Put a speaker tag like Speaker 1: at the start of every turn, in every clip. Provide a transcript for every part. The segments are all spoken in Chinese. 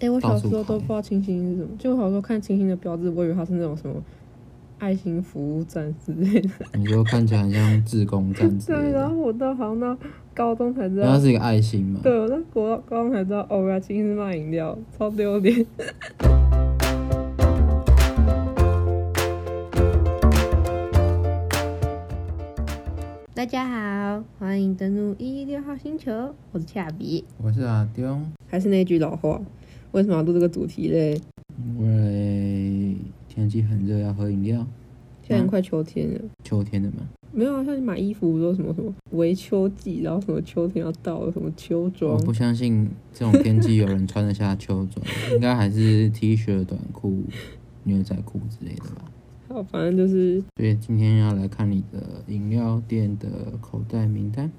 Speaker 1: 哎、我小
Speaker 2: 到
Speaker 1: 时
Speaker 2: 处
Speaker 1: 候都
Speaker 2: 跑
Speaker 1: 不知道清新是什么，就我小时候看清新的标志，我以为它是那种什么爱心服务站之类的。
Speaker 2: 你就看起来很像志工站 之类
Speaker 1: 对，然
Speaker 2: 的
Speaker 1: 后。我到好像到高中才知
Speaker 2: 然后
Speaker 1: 道
Speaker 2: 它，是一个爱心嘛，
Speaker 1: 对，我到国高中才知道，哦，原来清新是卖饮料，超丢脸。 大家好，欢迎登录一六号星球，我是恰比。
Speaker 2: 我是阿丢，
Speaker 1: 还是那句老话，为什么要录这个主题嘞？
Speaker 2: 因为天气很热要喝饮料，
Speaker 1: 现
Speaker 2: 嗯
Speaker 1: 在已经快秋天了。
Speaker 2: 秋天的嘛，
Speaker 1: 没有啊，像你买衣服说什么什么为秋季，然后什么秋天要到了，什么秋
Speaker 2: 我
Speaker 1: 装，
Speaker 2: 哦不相信这种天气有人穿得下秋装， 应该还是 T 恤、短裤、牛仔裤之类的吧。
Speaker 1: 好，反正就是。
Speaker 2: 所以今天要来看你的饮料店的口袋名单。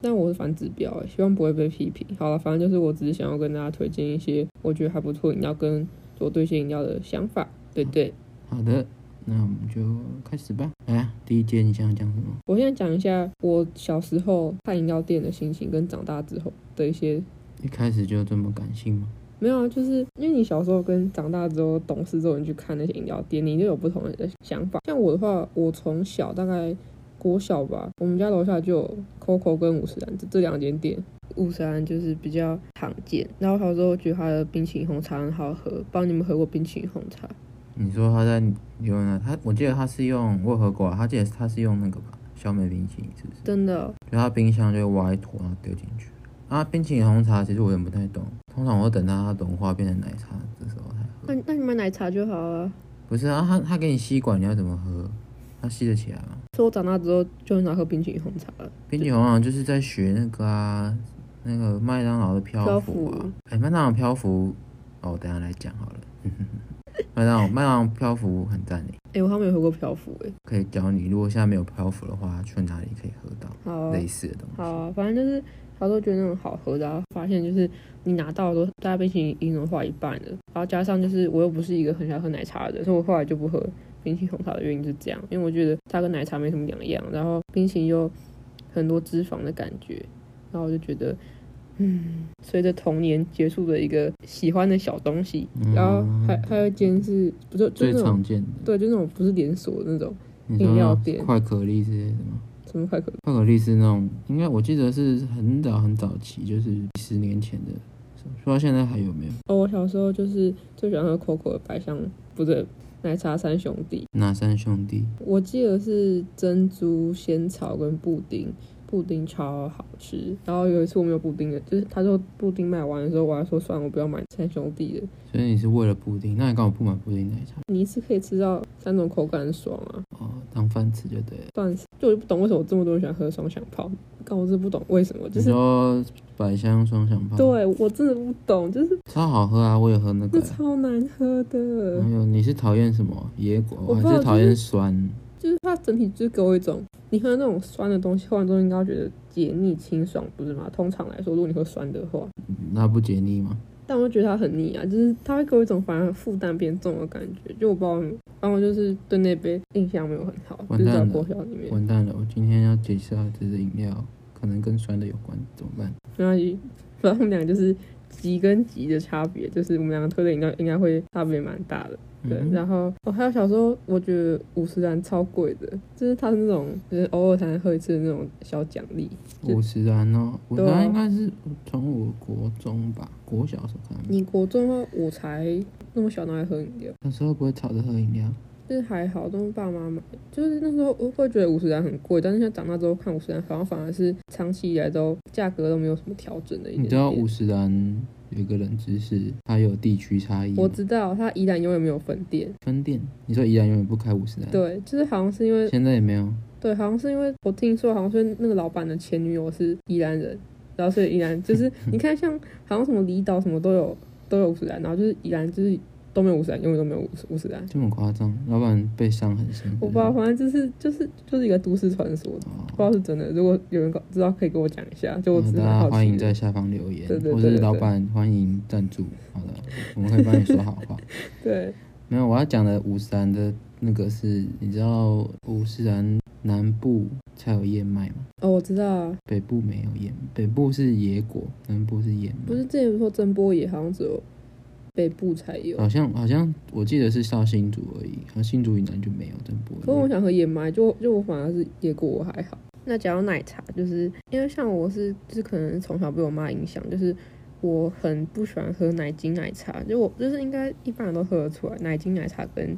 Speaker 1: 但我是反指标、欸，希望不会被批评。好了，反正就是我只是想要跟大家推荐一些我觉得还不错饮料，跟我对一些饮料的想法。对对，
Speaker 2: 好的，那我们就开始吧。来啊，第一间你想讲什么？
Speaker 1: 我现在讲一下我小时候看饮料店的心情，跟长大之后的一些
Speaker 2: 一开始就这么感性吗？
Speaker 1: 没有啊，就是因为你小时候跟长大之后懂事之后，你去看那些饮料店，你就有不同的想法。像我的话，我从小大概国小吧，我们家楼下就有 COCO 跟五十岚这这两间店。五十岚就是比较常见，然后小时候觉得它的冰淇淋红茶很好喝，不知道你们喝过冰淇淋红茶？
Speaker 2: 你说他在有人啊，他我记得他是用我有喝过、啊，他记得他是用那个吧，小美冰淇淋是不是？
Speaker 1: 真的哦，
Speaker 2: 就他冰箱就会挖一坨，然后丢进去。啊，冰淇淋红茶其实我也不太懂，通常我会等它融化变成奶茶的时候才喝。
Speaker 1: 那那你买奶茶就好啊。
Speaker 2: 不是啊，他他给你吸管，你要怎么喝？他吸得起来吗？
Speaker 1: 所以我长大之后就很少喝冰淇淋红茶了。
Speaker 2: 冰淇淋红茶就是在学那个啊，那个麦当劳的漂浮
Speaker 1: 漂
Speaker 2: 啊
Speaker 1: 浮。
Speaker 2: 哎、麦当劳漂浮，哦，我等一下来讲好了。 麦当劳麦当劳漂浮很赞欸诶，
Speaker 1: 诶，我还没有喝过漂浮诶。
Speaker 2: 可以教你。如果现在没有漂浮的话，去哪里可以喝到
Speaker 1: 好啊，
Speaker 2: 类似的东西？
Speaker 1: 好、啊，反正就是他都觉得那种好喝的、啊，发现就是你拿到的时候，大家冰淇淋已经融化一半了，然后加上就是我又不是一个很喜欢喝奶茶的人，所以我后来就不喝冰淇淋红茶的原因是这样，因为我觉得它跟奶茶没什么两样，然后冰淇淋又很多脂肪的感觉，然后我就觉得，嗯，随着童年结束的一个喜欢的小东西，
Speaker 2: 嗯
Speaker 1: 然后还还有一间是不就就
Speaker 2: 最
Speaker 1: 那种
Speaker 2: 常见的，
Speaker 1: 对，就那种不是连锁的那种
Speaker 2: 你说
Speaker 1: 饮料
Speaker 2: 那种
Speaker 1: 店
Speaker 2: 快可丽之类的吗？
Speaker 1: 什么快可
Speaker 2: 快可丽是那种，应该我记得是很早很早期，就是十年前的，不知道现在还有没有？
Speaker 1: 哦，我小时候就是最喜欢喝 COCO 的百香，不对，奶茶三兄弟。
Speaker 2: 哪三兄弟？
Speaker 1: 我记得是珍珠仙草跟布丁，布丁超好吃。然后有一次我没有布丁了，就是他说布丁卖完的时候，我还说算了，我不要买三兄弟了。
Speaker 2: 所以你是为了布丁？那你刚好不买布丁奶茶
Speaker 1: 你一次可以吃到三种口感，很爽啊！
Speaker 2: 哦，当饭吃就对了。
Speaker 1: 算是，就我就不懂为什么这么多人喜欢喝双响炮，但我真的不懂为什么，就
Speaker 2: 你
Speaker 1: 是
Speaker 2: 说百香双响炮，，
Speaker 1: 对我真的不懂，就是
Speaker 2: 超好喝啊！我也喝那
Speaker 1: 这
Speaker 2: 个、欸。
Speaker 1: 超难喝的。
Speaker 2: 还有你是讨厌什么野果，
Speaker 1: 我不
Speaker 2: 还
Speaker 1: 知道
Speaker 2: 是讨厌酸？
Speaker 1: 就是它整体就是给我一种，你喝那种酸的东西，喝完之后应该会觉得解腻清爽，不是吗？通常来说，如果你喝酸的话，
Speaker 2: 那不解腻吗？
Speaker 1: 但我就觉得它很腻啊，就是它会给我一种反而负担变重的感觉。就我不知道为什么，反正我就是对那杯印象没有很好，就
Speaker 2: 完
Speaker 1: 是
Speaker 2: 蛋
Speaker 1: 在
Speaker 2: 了
Speaker 1: 国小里面，
Speaker 2: 完蛋了！我今天要介绍这支饮料，可能跟酸的有关，怎么办？
Speaker 1: 然后反正我们俩就是级跟级的差别，就是我们两个推的饮料应该会差别蛮大的。对，
Speaker 2: 嗯
Speaker 1: 然后哦，还有小时候我觉得五十元超贵的，就是它是那种就是偶尔才能喝一次的那种小奖励。就
Speaker 2: 五十安哦，五十
Speaker 1: 对啊
Speaker 2: 安应该是从我国中吧，国小的时候看的。
Speaker 1: 你国中的话，我才那么小，哪里喝饮料？
Speaker 2: 小时候不会吵着喝饮料，
Speaker 1: 就是还好，都是爸妈买。就是那时候我会觉得五十元很贵，但是现在长大之后看五十元，反而反而是长期以来都价格都没有什么调整的一点
Speaker 2: 你知道五十安有一个冷知识，它有地区差异吗。
Speaker 1: 我知道它宜兰永远没有分店，
Speaker 2: 分店，你说宜兰永远不开五十安，，
Speaker 1: 对，就是好像是因为
Speaker 2: 现在也没有。
Speaker 1: 对，好像是因为我听说，好像是那个老板的前女友是宜兰人，然后所以宜兰就是你看像好像什么离岛什么都有都有五十元，然后就是宜兰就是都没有五十元，永远都没有五十五十元。
Speaker 2: 这么夸张？老板被伤很深。
Speaker 1: 啊我不知道，反正就是就是就是一个都市传说，不知
Speaker 2: 哦，
Speaker 1: 道是真的。如果有人搞知道，可以跟我讲一下，就我
Speaker 2: 好
Speaker 1: 只是
Speaker 2: 哦大
Speaker 1: 蛮
Speaker 2: 家
Speaker 1: 好
Speaker 2: 欢
Speaker 1: 奇
Speaker 2: 迎
Speaker 1: 的。
Speaker 2: 在下方留言，
Speaker 1: 对对对
Speaker 2: 或
Speaker 1: 对
Speaker 2: 是
Speaker 1: 对
Speaker 2: 老板欢迎赞助。好的，我们会帮你说好话。
Speaker 1: 对，
Speaker 2: 没有，我要讲的五十岚的那个是，你知道五十岚南部才有燕麦吗？
Speaker 1: 哦，我知道啊，
Speaker 2: 北部没有燕，北部是野果，南部是燕麦。
Speaker 1: 不是之前说珍波也好像只有北部才有。
Speaker 2: 好像好像我记得是到新竹而已，好像新竹以南就没有，真不
Speaker 1: 可
Speaker 2: 会
Speaker 1: 我。想喝燕麦，就就我反而是野果我还好。那讲到奶茶，就是因为像我是就是可能从小被我妈影响，就是我很不喜欢喝奶精奶茶，就我就是应该一般人都喝得出来奶精奶茶跟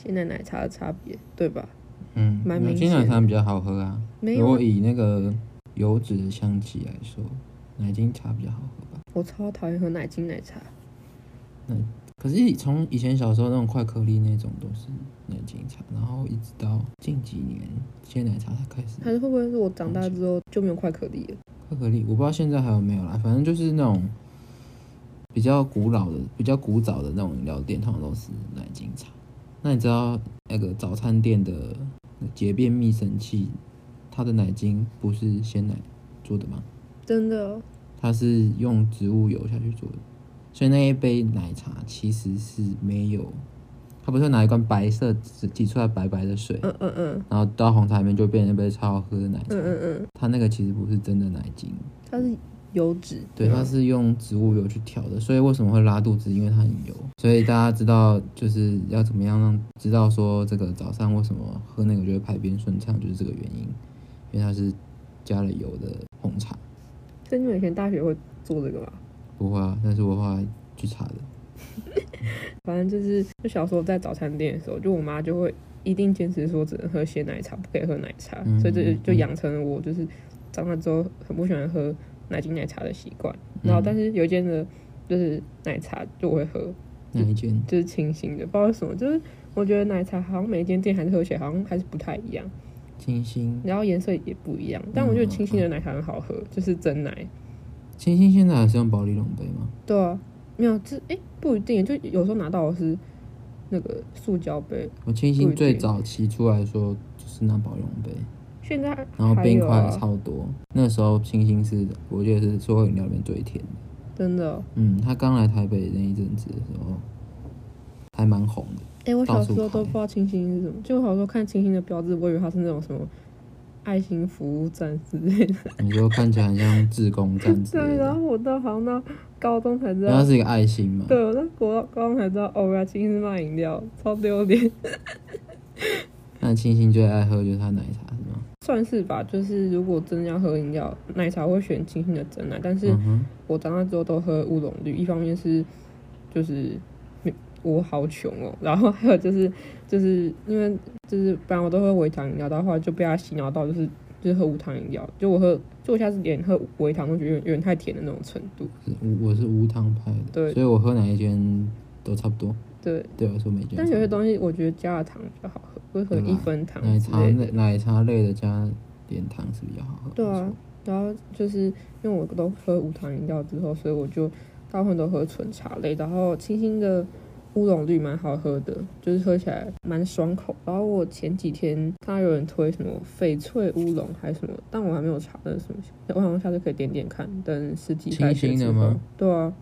Speaker 1: 现在奶茶的差别，对吧？
Speaker 2: 嗯，
Speaker 1: 蛮
Speaker 2: 奶
Speaker 1: 明
Speaker 2: 精
Speaker 1: 显
Speaker 2: 奶茶比较好喝啊。
Speaker 1: 没
Speaker 2: 如
Speaker 1: 有
Speaker 2: 果
Speaker 1: 啊，
Speaker 2: 以那个油脂的香气来说，奶精茶比较好喝吧。
Speaker 1: 我超讨厌喝奶精奶茶。
Speaker 2: 可是从以前小时候那种快颗粒那种都是奶精茶，然后一直到近几年鲜奶茶才开始
Speaker 1: 还是会不会是我长大之后就没有快可力了？
Speaker 2: 快颗粒，我不知道现在还有没有啦。反正就是那种比较古老的、比较古早的那种饮料店，通常都是奶精茶。那你知道那个早餐店的洁便秘神器，它的奶精不是鲜奶做的吗？
Speaker 1: 真的哦，
Speaker 2: 它是用植物油下去做的，所以那一杯奶茶其实是没有，它不是拿一罐白色只挤出来白白的水，
Speaker 1: 嗯嗯嗯
Speaker 2: 然后倒红茶里面就变成一杯超好喝的奶茶
Speaker 1: 嗯。嗯嗯，
Speaker 2: 它那个其实不是真的奶精，
Speaker 1: 它是油脂，
Speaker 2: 对，它是用植物油去调的，所以为什么会拉肚子？因为它很油。所以大家知道就是要怎么样让知道说这个早上为什么喝那个就会排便顺畅，就是这个原因，因为它是加了油的红茶。
Speaker 1: 所以你们以前大学会做这个吧？
Speaker 2: 不会啊，但是我后来去查的。
Speaker 1: 反正就是，就小时候在早餐店的时候，就我妈就会一定坚持说只能喝鲜奶茶，不可以喝奶茶，
Speaker 2: 嗯
Speaker 1: 所以这就就
Speaker 2: 嗯
Speaker 1: 养成了我就是长大之后很不喜欢喝奶精奶茶的习惯。
Speaker 2: 嗯
Speaker 1: 然后，但是有一间的，就是奶茶就我会喝，
Speaker 2: 哪一间？
Speaker 1: 就是清新的，不知道为什么，就是我觉得奶茶好像每一间店还是喝起来好像还是不太一样，
Speaker 2: 清新，
Speaker 1: 然后颜色也不一样。但我觉得清新的奶茶很好喝，就是真奶。
Speaker 2: 清新现在还是用保利龙杯吗？
Speaker 1: 对啊，没有，这诶不一定，就有时候拿到的是那个塑胶杯，
Speaker 2: 我清
Speaker 1: 不
Speaker 2: 新
Speaker 1: 一定
Speaker 2: 最早期出来说就是拿保利龙杯，
Speaker 1: 现在
Speaker 2: 然后
Speaker 1: 还
Speaker 2: 冰
Speaker 1: 有
Speaker 2: 块
Speaker 1: 啊
Speaker 2: 超多。那时候清新是我觉得是所有饮料里面最甜的。
Speaker 1: 真的哦。
Speaker 2: 嗯，他刚来台北那一阵子的时候还蛮红的。
Speaker 1: 哎、我小
Speaker 2: 到
Speaker 1: 时
Speaker 2: 处
Speaker 1: 候都
Speaker 2: 跑
Speaker 1: 不知道清新是什么，就我小时候看清新的标志，我以为它是那种什么爱心服务站之类 的。
Speaker 2: 你说看起来很像志工站之类
Speaker 1: 对，然
Speaker 2: 的
Speaker 1: 后，我到好像到高中才知
Speaker 2: 然后
Speaker 1: 道
Speaker 2: 它，是一个爱心嘛。
Speaker 1: 对，我到国高中才知道，哦，原来清新是卖饮料，超丢脸。
Speaker 2: 那清新最爱喝就是他奶茶是吗？
Speaker 1: 算是吧，就是如果真的要喝饮料，奶茶会选清新的真奶，但是
Speaker 2: 嗯哼，
Speaker 1: 我长大之后都喝乌龙绿，一方面是就是我好穷哦，然后还有就是就是因为就是本来我都喝微糖饮料，到后来就被他洗脑到就是就是喝无糖饮料，就我喝就我下次连喝微糖都觉得有点有点太甜的那种程度。
Speaker 2: 是我我是无糖派的，
Speaker 1: 对
Speaker 2: 所以我喝哪一间都差不多。
Speaker 1: 对，
Speaker 2: 对我来说每间差不多。
Speaker 1: 但有些东西我觉得加了糖比较好喝，会喝
Speaker 2: 对啦啊
Speaker 1: 一分糖
Speaker 2: 奶
Speaker 1: 之
Speaker 2: 茶
Speaker 1: 类的。
Speaker 2: 类奶茶类的加点糖是比较好喝。
Speaker 1: 对
Speaker 2: 没
Speaker 1: 啊
Speaker 2: 错，，
Speaker 1: 然后就是因为我都喝无糖饮料之后，所以我就大部分都喝纯茶类，然后清新的乌龙绿蛮好喝的，就是喝起来蛮爽口。然后我前几天看到有人推什么翡翠乌龙还是什么，但我还没有查那是什么，我想下次可以点点看，等实体开学
Speaker 2: 清新的
Speaker 1: 之后
Speaker 2: 吗？
Speaker 1: 对啊，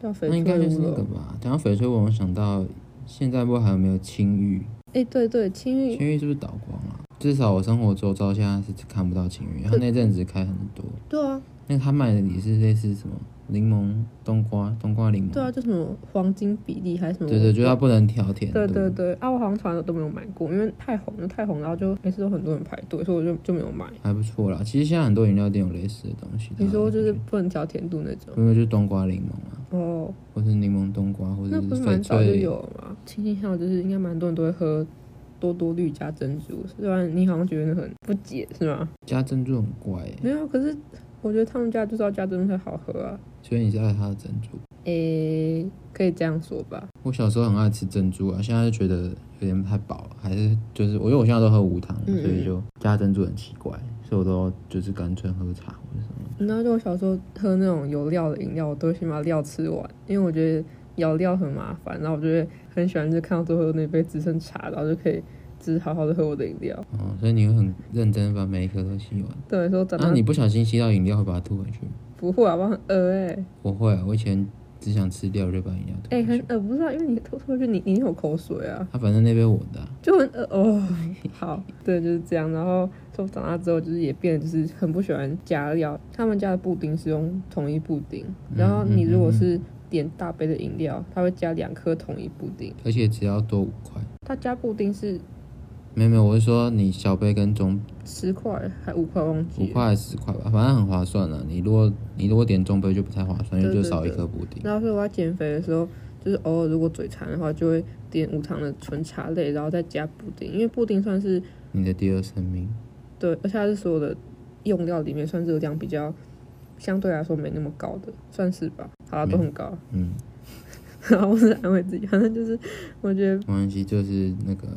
Speaker 1: 叫翡
Speaker 2: 那应该
Speaker 1: 翠
Speaker 2: 就是
Speaker 1: 乌
Speaker 2: 那个
Speaker 1: 龙。
Speaker 2: 吧。讲到翡翠，我想到现在不知道还有没有青玉？
Speaker 1: 哎，对对，青
Speaker 2: 青
Speaker 1: 玉
Speaker 2: 玉是不是倒光了、至少我生活周遭现在是看不到青玉，它那阵子开很多。
Speaker 1: 对啊，
Speaker 2: 那它卖的也是类似什么柠檬、冬瓜、冬瓜柠檬。
Speaker 1: 对啊，就什么黄金比例还是什么？
Speaker 2: 对对，就是它不能调甜
Speaker 1: 对
Speaker 2: 度。
Speaker 1: 对对，啊，我好像从来都没有买过，因为太红了，太红了，然后就每次都很多人排队，所以我就就没有买。
Speaker 2: 还不错啦。其实现在很多饮料店有类似的东西。
Speaker 1: 你说
Speaker 2: 它
Speaker 1: 就是不能调甜度那种？
Speaker 2: 没有就是冬瓜柠檬啊，
Speaker 1: 哦，
Speaker 2: 或是柠檬冬瓜，或者
Speaker 1: 那
Speaker 2: 是
Speaker 1: 不是
Speaker 2: 翡
Speaker 1: 蛮早就
Speaker 2: 翠
Speaker 1: 有了吗？清新香就是应该蛮多人都会喝多多绿加珍珠，虽然你好像觉得很不解是吗？
Speaker 2: 加珍珠很怪、欸，
Speaker 1: 没有，啊可是我觉得他们家就是要加珍珠才好喝啊。
Speaker 2: 所以你是爱它的珍珠。
Speaker 1: 诶，可以这样说吧？
Speaker 2: 我小时候很爱吃珍珠啊，现在就觉得有点太饱了，还是就是我因为我现在都喝无糖，
Speaker 1: 嗯嗯
Speaker 2: 所以就加珍珠很奇怪，所以我都就是干脆喝茶或者什么。
Speaker 1: 然后就我小时候喝那种有料的饮料，我都会先把料吃完，因为我觉得舀料很麻烦。然后我就会很喜欢，就看到最后那杯只剩茶，然后就可以只好好的喝我的饮料。
Speaker 2: 哦，所以你会很认真把每一颗都吸完。
Speaker 1: 对，说长
Speaker 2: 那、
Speaker 1: 大、
Speaker 2: 你不小心吸到饮料会把它吐回去吗？
Speaker 1: 不会啊，我很饿哎、欸，
Speaker 2: 我会，啊我以前只想吃掉我就把饮料吐
Speaker 1: 哎、
Speaker 2: 回去。
Speaker 1: 很饿，不是啊，因为你吐出去，你你有口水啊，
Speaker 2: 他、反正那杯我的啊、
Speaker 1: 就很饿 哦。好，对，就是这样。然后说长大之后，就是也变得就是
Speaker 2: 嗯
Speaker 1: 很不喜欢加料。他们家的布丁是用统一布丁，然后你如果是点大杯的饮料，它会加两颗统一布丁。
Speaker 2: 而且只要多五块。
Speaker 1: 它加布丁是
Speaker 2: 没有没有，我是说你小杯跟中
Speaker 1: 十块还五块，忘
Speaker 2: 五
Speaker 1: 记了。
Speaker 2: 块还是十块吧，反正很划算了、啊你如果你如果点中杯就不太划算，因为
Speaker 1: 对
Speaker 2: 就
Speaker 1: 对
Speaker 2: 少一
Speaker 1: 对
Speaker 2: 颗补丁。
Speaker 1: 然后所以我要减肥的时候，就是偶尔如果嘴馋的话，就会点无糖的纯茶类，然后再加布丁，因为布丁算是
Speaker 2: 你的第二生命，
Speaker 1: 对，而且它是所有的用料里面算热量比较相对来说没那么高的，算是吧？好啦，
Speaker 2: 嗯
Speaker 1: 都很高。
Speaker 2: 嗯，
Speaker 1: 然后我是安慰自己，反正就是我觉得
Speaker 2: 没关系，就是那个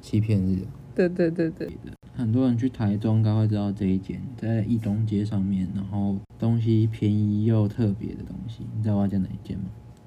Speaker 2: 欺骗日。
Speaker 1: 对对对对，
Speaker 2: 很多人去台中应该会知道这一间，在义东街上面，然后东西便宜又特别的东西，你知道我要讲哪一间吗？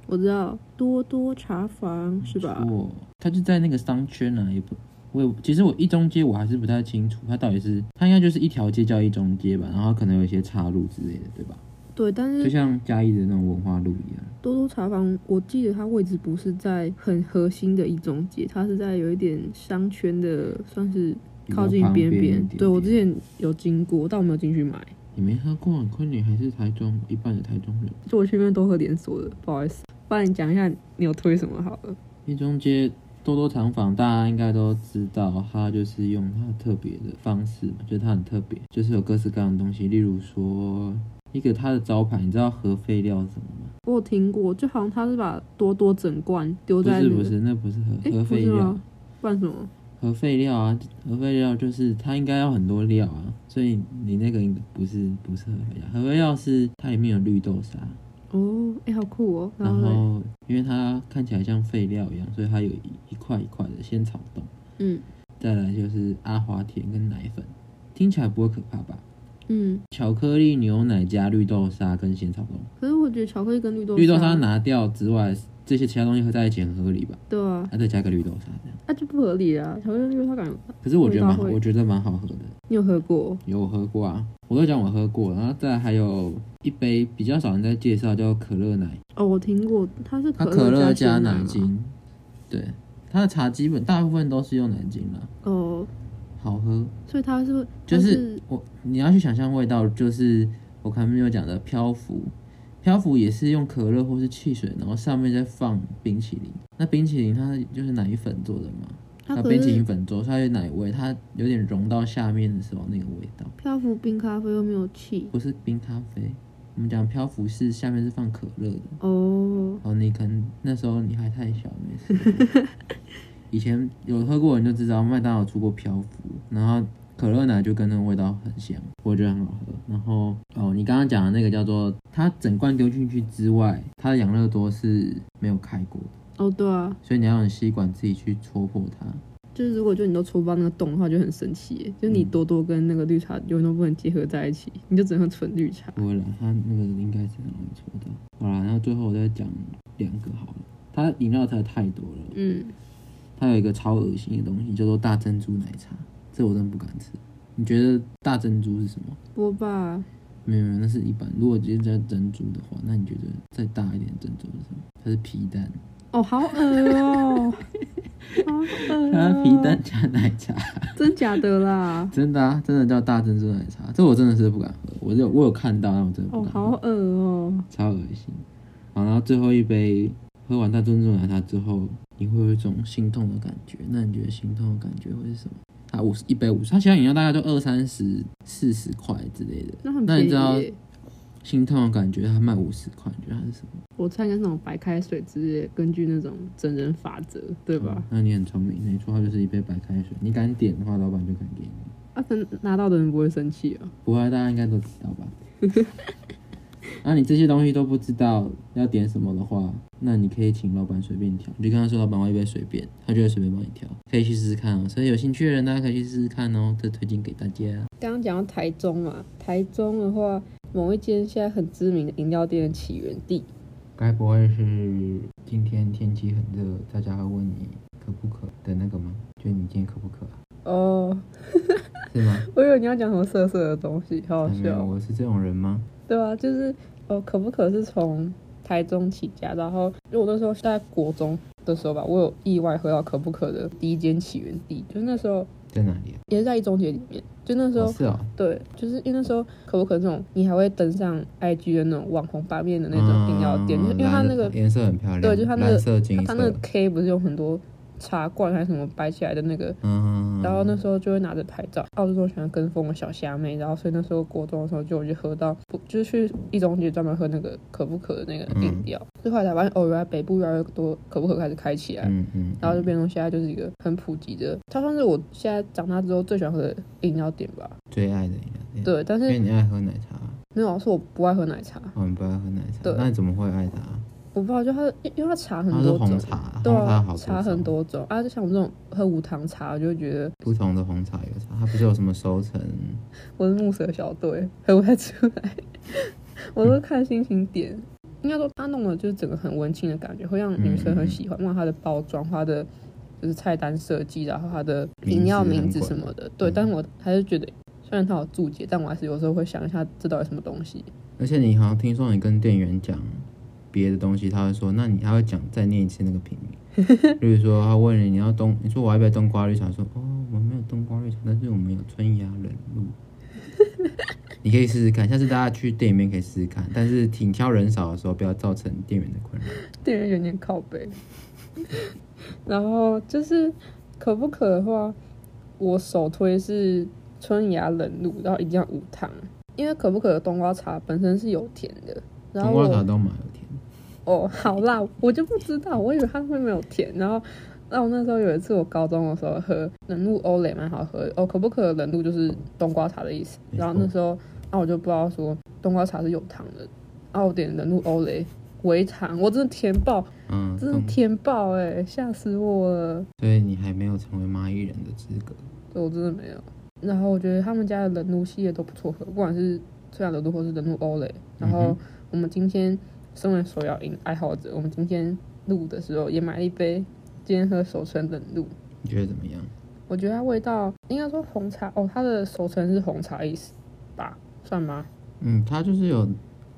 Speaker 1: 我知道多多茶房是吧？
Speaker 2: 错，它就在那个商圈啊，也不，我也其实我一中街我还是不太清楚，它到底是它应该就是一条街叫一中街吧，然后它可能有一些岔路之类的，对吧？
Speaker 1: 对，但
Speaker 2: 就是像嘉义的那种文化路一样。
Speaker 1: 多多茶房，我记得它位置不是在很核心的一中街，它是在有一点商圈的，算是
Speaker 2: 比较
Speaker 1: 靠近
Speaker 2: 旁
Speaker 1: 边
Speaker 2: 边一
Speaker 1: 边
Speaker 2: 点。
Speaker 1: 对我
Speaker 2: 点
Speaker 1: 之前有经过，但我没有进去买，
Speaker 2: 你没喝过昆女还是台中一半的台中人？
Speaker 1: 就我去那边都喝连锁的，不好意思。不然你讲一下你有推什么好了？
Speaker 2: 一中街多多厂坊大家应该都知道，它就是用它特别的方式嘛，就是它很特别，就是有各式各样的东西，例如说一个它的招牌，你知道核废料是什么吗？
Speaker 1: 我有听过，就好像他是把多多整罐丢
Speaker 2: 不
Speaker 1: 在那
Speaker 2: 是
Speaker 1: 个，
Speaker 2: 不是，那不是核
Speaker 1: 诶
Speaker 2: 核
Speaker 1: 不
Speaker 2: 废
Speaker 1: 是
Speaker 2: 料。
Speaker 1: 吗？不然什么？
Speaker 2: 核废料啊，核废料就是它应该要很多料啊，所以你那个不是不是核废料，核废料是它里面有绿豆沙，
Speaker 1: 哦，哎、好酷哦！
Speaker 2: 然
Speaker 1: 嘞
Speaker 2: 后因为它看起来像废料一样，所以它有一一块一块的仙草冻，
Speaker 1: 嗯
Speaker 2: 再来就是阿华田跟奶粉，听起来不会可怕吧？
Speaker 1: 嗯，
Speaker 2: 巧克力牛奶加绿豆沙跟仙草冻，
Speaker 1: 可是我觉得巧克力跟绿豆
Speaker 2: 绿豆沙拿掉之外，这些其他东西合在一起很合理吧？
Speaker 1: 对啊，
Speaker 2: 啊，再加个绿豆沙这样，
Speaker 1: 那、就不合理啊！巧克力跟绿豆沙感觉，
Speaker 2: 可是我觉得蛮好，
Speaker 1: 味道会
Speaker 2: 我觉得蛮好喝的。
Speaker 1: 你有喝过？
Speaker 2: 有喝过啊，我都讲我喝过，然后再来还有一杯比较少人在介绍叫可乐奶，
Speaker 1: 哦，我听过，它是
Speaker 2: 它可
Speaker 1: 可
Speaker 2: 乐加
Speaker 1: 鲜
Speaker 2: 奶
Speaker 1: 吗。
Speaker 2: 精，对，它的茶基本大部分都是用奶精啦，
Speaker 1: 哦，
Speaker 2: 好喝，
Speaker 1: 所以它是
Speaker 2: 就
Speaker 1: 它
Speaker 2: 是
Speaker 1: 是
Speaker 2: 我你要去想象味道，就是我看没有讲的漂浮，漂浮也是用可乐或是汽水，然后上面再放冰淇淋，那冰淇淋它就是奶粉做的嘛，它
Speaker 1: 它可
Speaker 2: 冰淇淋
Speaker 1: 是
Speaker 2: 粉做，所以它有奶味，它有点融到下面的时候那个味道。
Speaker 1: 漂浮冰咖啡又没有气。
Speaker 2: 不是冰咖啡，我们讲漂浮是下面是放可乐的。
Speaker 1: 哦，
Speaker 2: 哦，你可能那时候你还太小，没事。 以前有喝过人就知道，麦当劳出过漂浮，然后可乐奶就跟那个味道很像，我觉得很好喝。然后哦，你刚刚讲的那个叫做它整罐丢进去之外，它的养乐多是没有开过的，
Speaker 1: 哦，对啊，
Speaker 2: 所以你要用吸管自己去戳破它。
Speaker 1: 就是如果就你都戳不到那个洞的话，就很神奇耶。就
Speaker 2: 嗯
Speaker 1: 你多多跟那个绿茶永远都不能结合在一起，你就只能喝纯绿茶。
Speaker 2: 不会啦，它那个应该是很容易戳到。好啦，然后最后我再讲两个好了，它饮料才太多了。
Speaker 1: 嗯，
Speaker 2: 它有一个超恶心的东西，叫做大珍珠奶茶，这我真的不敢吃。你觉得大珍珠是什么？
Speaker 1: 波霸
Speaker 2: 没有没有，那是一般。如果直接叫珍珠的话，那你觉得再大一点的珍珠是什么？它是皮蛋，
Speaker 1: 哦，好恶哦，好恶、
Speaker 2: 它
Speaker 1: 哦！
Speaker 2: 是皮蛋加奶茶，
Speaker 1: 真假的啦？
Speaker 2: 真的啊，真的叫大珍珠奶茶。这我真的是不敢喝，我有我有看到，但我真的不
Speaker 1: 哦，
Speaker 2: 敢喝，
Speaker 1: 好恶哦！
Speaker 2: 超恶心。好，然后最后一杯，喝完大珍珠奶茶之后，你会有一种心痛的感觉。那你觉得心痛的感觉会是什么？它五十一杯五十，它其他饮料大概就二三十、四十块之类的。
Speaker 1: 那很
Speaker 2: 那
Speaker 1: 便
Speaker 2: 你
Speaker 1: 宜
Speaker 2: 知道
Speaker 1: 耶。
Speaker 2: 心痛的感觉，它卖五十块，你觉得它是什么？
Speaker 1: 我猜应该是那种白开水之类的，根据那种整人法则，对吧？
Speaker 2: 嗯那你很聪明，没错，它就是一杯白开水。你敢点的话，老板就敢给你。
Speaker 1: 啊，可能拿到的人不会生气啊。
Speaker 2: 不会，大家应该都知道吧？ 那、你这些东西都不知道要点什么的话，那你可以请老板随便调，你就跟他说老板我要一杯随便，他就会随便帮你调，可以去试试看哦。所以有兴趣的人大家可以去试试看哦，这推荐给大家。
Speaker 1: 刚刚讲到台中嘛，台中的话，某一间现在很知名的饮料店的起源地，
Speaker 2: 该不会是今天天气很热，大家会问你渴不渴的那个吗？就你今天渴不渴、啊？
Speaker 1: 哦，
Speaker 2: 是吗？
Speaker 1: 我以为你要讲什么色色的东西，好好
Speaker 2: 嗯没有，
Speaker 1: 笑。
Speaker 2: 我是这种人吗？
Speaker 1: 对啊，就是哦，可不可是从台中起家，然后因为我那时候是在国中的时候吧，我有意外喝到可不可的第一间起源地，就是那时候
Speaker 2: 在哪里啊？
Speaker 1: 也是在一中街里面。就那时候
Speaker 2: 哦，是哦，
Speaker 1: 对，就是因为那时候可不可这种，你还会登上 IG 的那种网红版面的那
Speaker 2: 嗯
Speaker 1: 种饮料店，就是因为它
Speaker 2: 蓝
Speaker 1: 那个
Speaker 2: 颜色很漂亮，
Speaker 1: 对就是它那个
Speaker 2: 蓝色、金
Speaker 1: 它那个
Speaker 2: 色，
Speaker 1: K 不是有很多茶罐还是什么摆起来的那个。
Speaker 2: 嗯，
Speaker 1: 然后那时候就会拿着拍照，澳洲喜欢跟风的小虾妹，然后所以那时候国中的时候就我就喝到，不就是去一中街专门喝那个可不可的那个
Speaker 2: 嗯
Speaker 1: 饮料，最、后来才发现哦，原来北部越来越多可不可开始开起来，
Speaker 2: 嗯嗯，
Speaker 1: 然后就变成现在就是一个很普及的，它算是我现在长大之后最喜欢喝的饮料店吧。
Speaker 2: 最爱的饮料店，，
Speaker 1: 对，但
Speaker 2: 嗯因
Speaker 1: 是
Speaker 2: 为你爱喝奶茶，
Speaker 1: 没有啊是我不爱喝奶茶，
Speaker 2: 哦，你不爱喝奶茶
Speaker 1: 对，
Speaker 2: 那你怎么会爱它？
Speaker 1: 我不知道，就它的因因为它茶很
Speaker 2: 它是
Speaker 1: 多
Speaker 2: 红
Speaker 1: 种，
Speaker 2: 茶，
Speaker 1: 对
Speaker 2: 红茶
Speaker 1: 啊
Speaker 2: 好，
Speaker 1: 茶很
Speaker 2: 种
Speaker 1: 多种啊，就像我们这种喝无糖茶，我就会觉得
Speaker 2: 不同的红茶有茶，它不是有什么熟成？
Speaker 1: 我是木蛇小队， 喝不太出来。 我都看心情点，应该说他弄的就是整个很文青的感觉，会让女生很喜欢。不管它的包装、它的就是菜单设计，啊然后它的饮料名字什么的，对。但我还是觉得，虽然它有注解，但我还是有时候会想一下，这到底什么东西？
Speaker 2: 而且你好像听说你跟店员讲别的东西，他会说，那你还会讲再念一次那个品名。 例如说，他问你你要冬，你说我要不要冬瓜绿茶，说哦，我们没有冬瓜绿茶，但是我们有春芽冷露。你可以试试看，下次大家去店里面可以试试看，但是挺挑人少的时候，不要造成店员的困扰。
Speaker 1: 店员有点靠背。 然后就是可不可的话，我首推是春芽冷露，然后一定要无糖，因为可不可的冬瓜茶本身是有甜的。然后
Speaker 2: 冬瓜绿茶
Speaker 1: 我
Speaker 2: 都蛮有甜，
Speaker 1: 哦，好啦，我就不知道，我以为它会没有甜。然后，那我那时候有一次我高中的时候喝冷露欧蕾蛮好喝的哦，可不可的冷露就是冬瓜茶的意思。
Speaker 2: 没
Speaker 1: 然后
Speaker 2: 错
Speaker 1: 那时候，啊我就不知道说冬瓜茶是有糖的，啊我点冷露欧蕾微糖，我真的甜爆，
Speaker 2: 嗯，
Speaker 1: 真的
Speaker 2: 冬
Speaker 1: 甜爆哎、吓死我了！
Speaker 2: 所以你还没有成为蚂蚁人的资格。
Speaker 1: 对我真的没有。然后我觉得他们家的冷露系列都不错喝，不管是翠雅冷露或是冷露欧蕾。然后
Speaker 2: 嗯哼
Speaker 1: 我们今天身为手摇饮爱好者，我们今天录的时候也买了一杯，今天喝手冲冷露。
Speaker 2: 你觉得怎么样？
Speaker 1: 我觉得它味道应该说红茶哦，它的手冲是红茶意思吧？算吗？
Speaker 2: 嗯，它就是有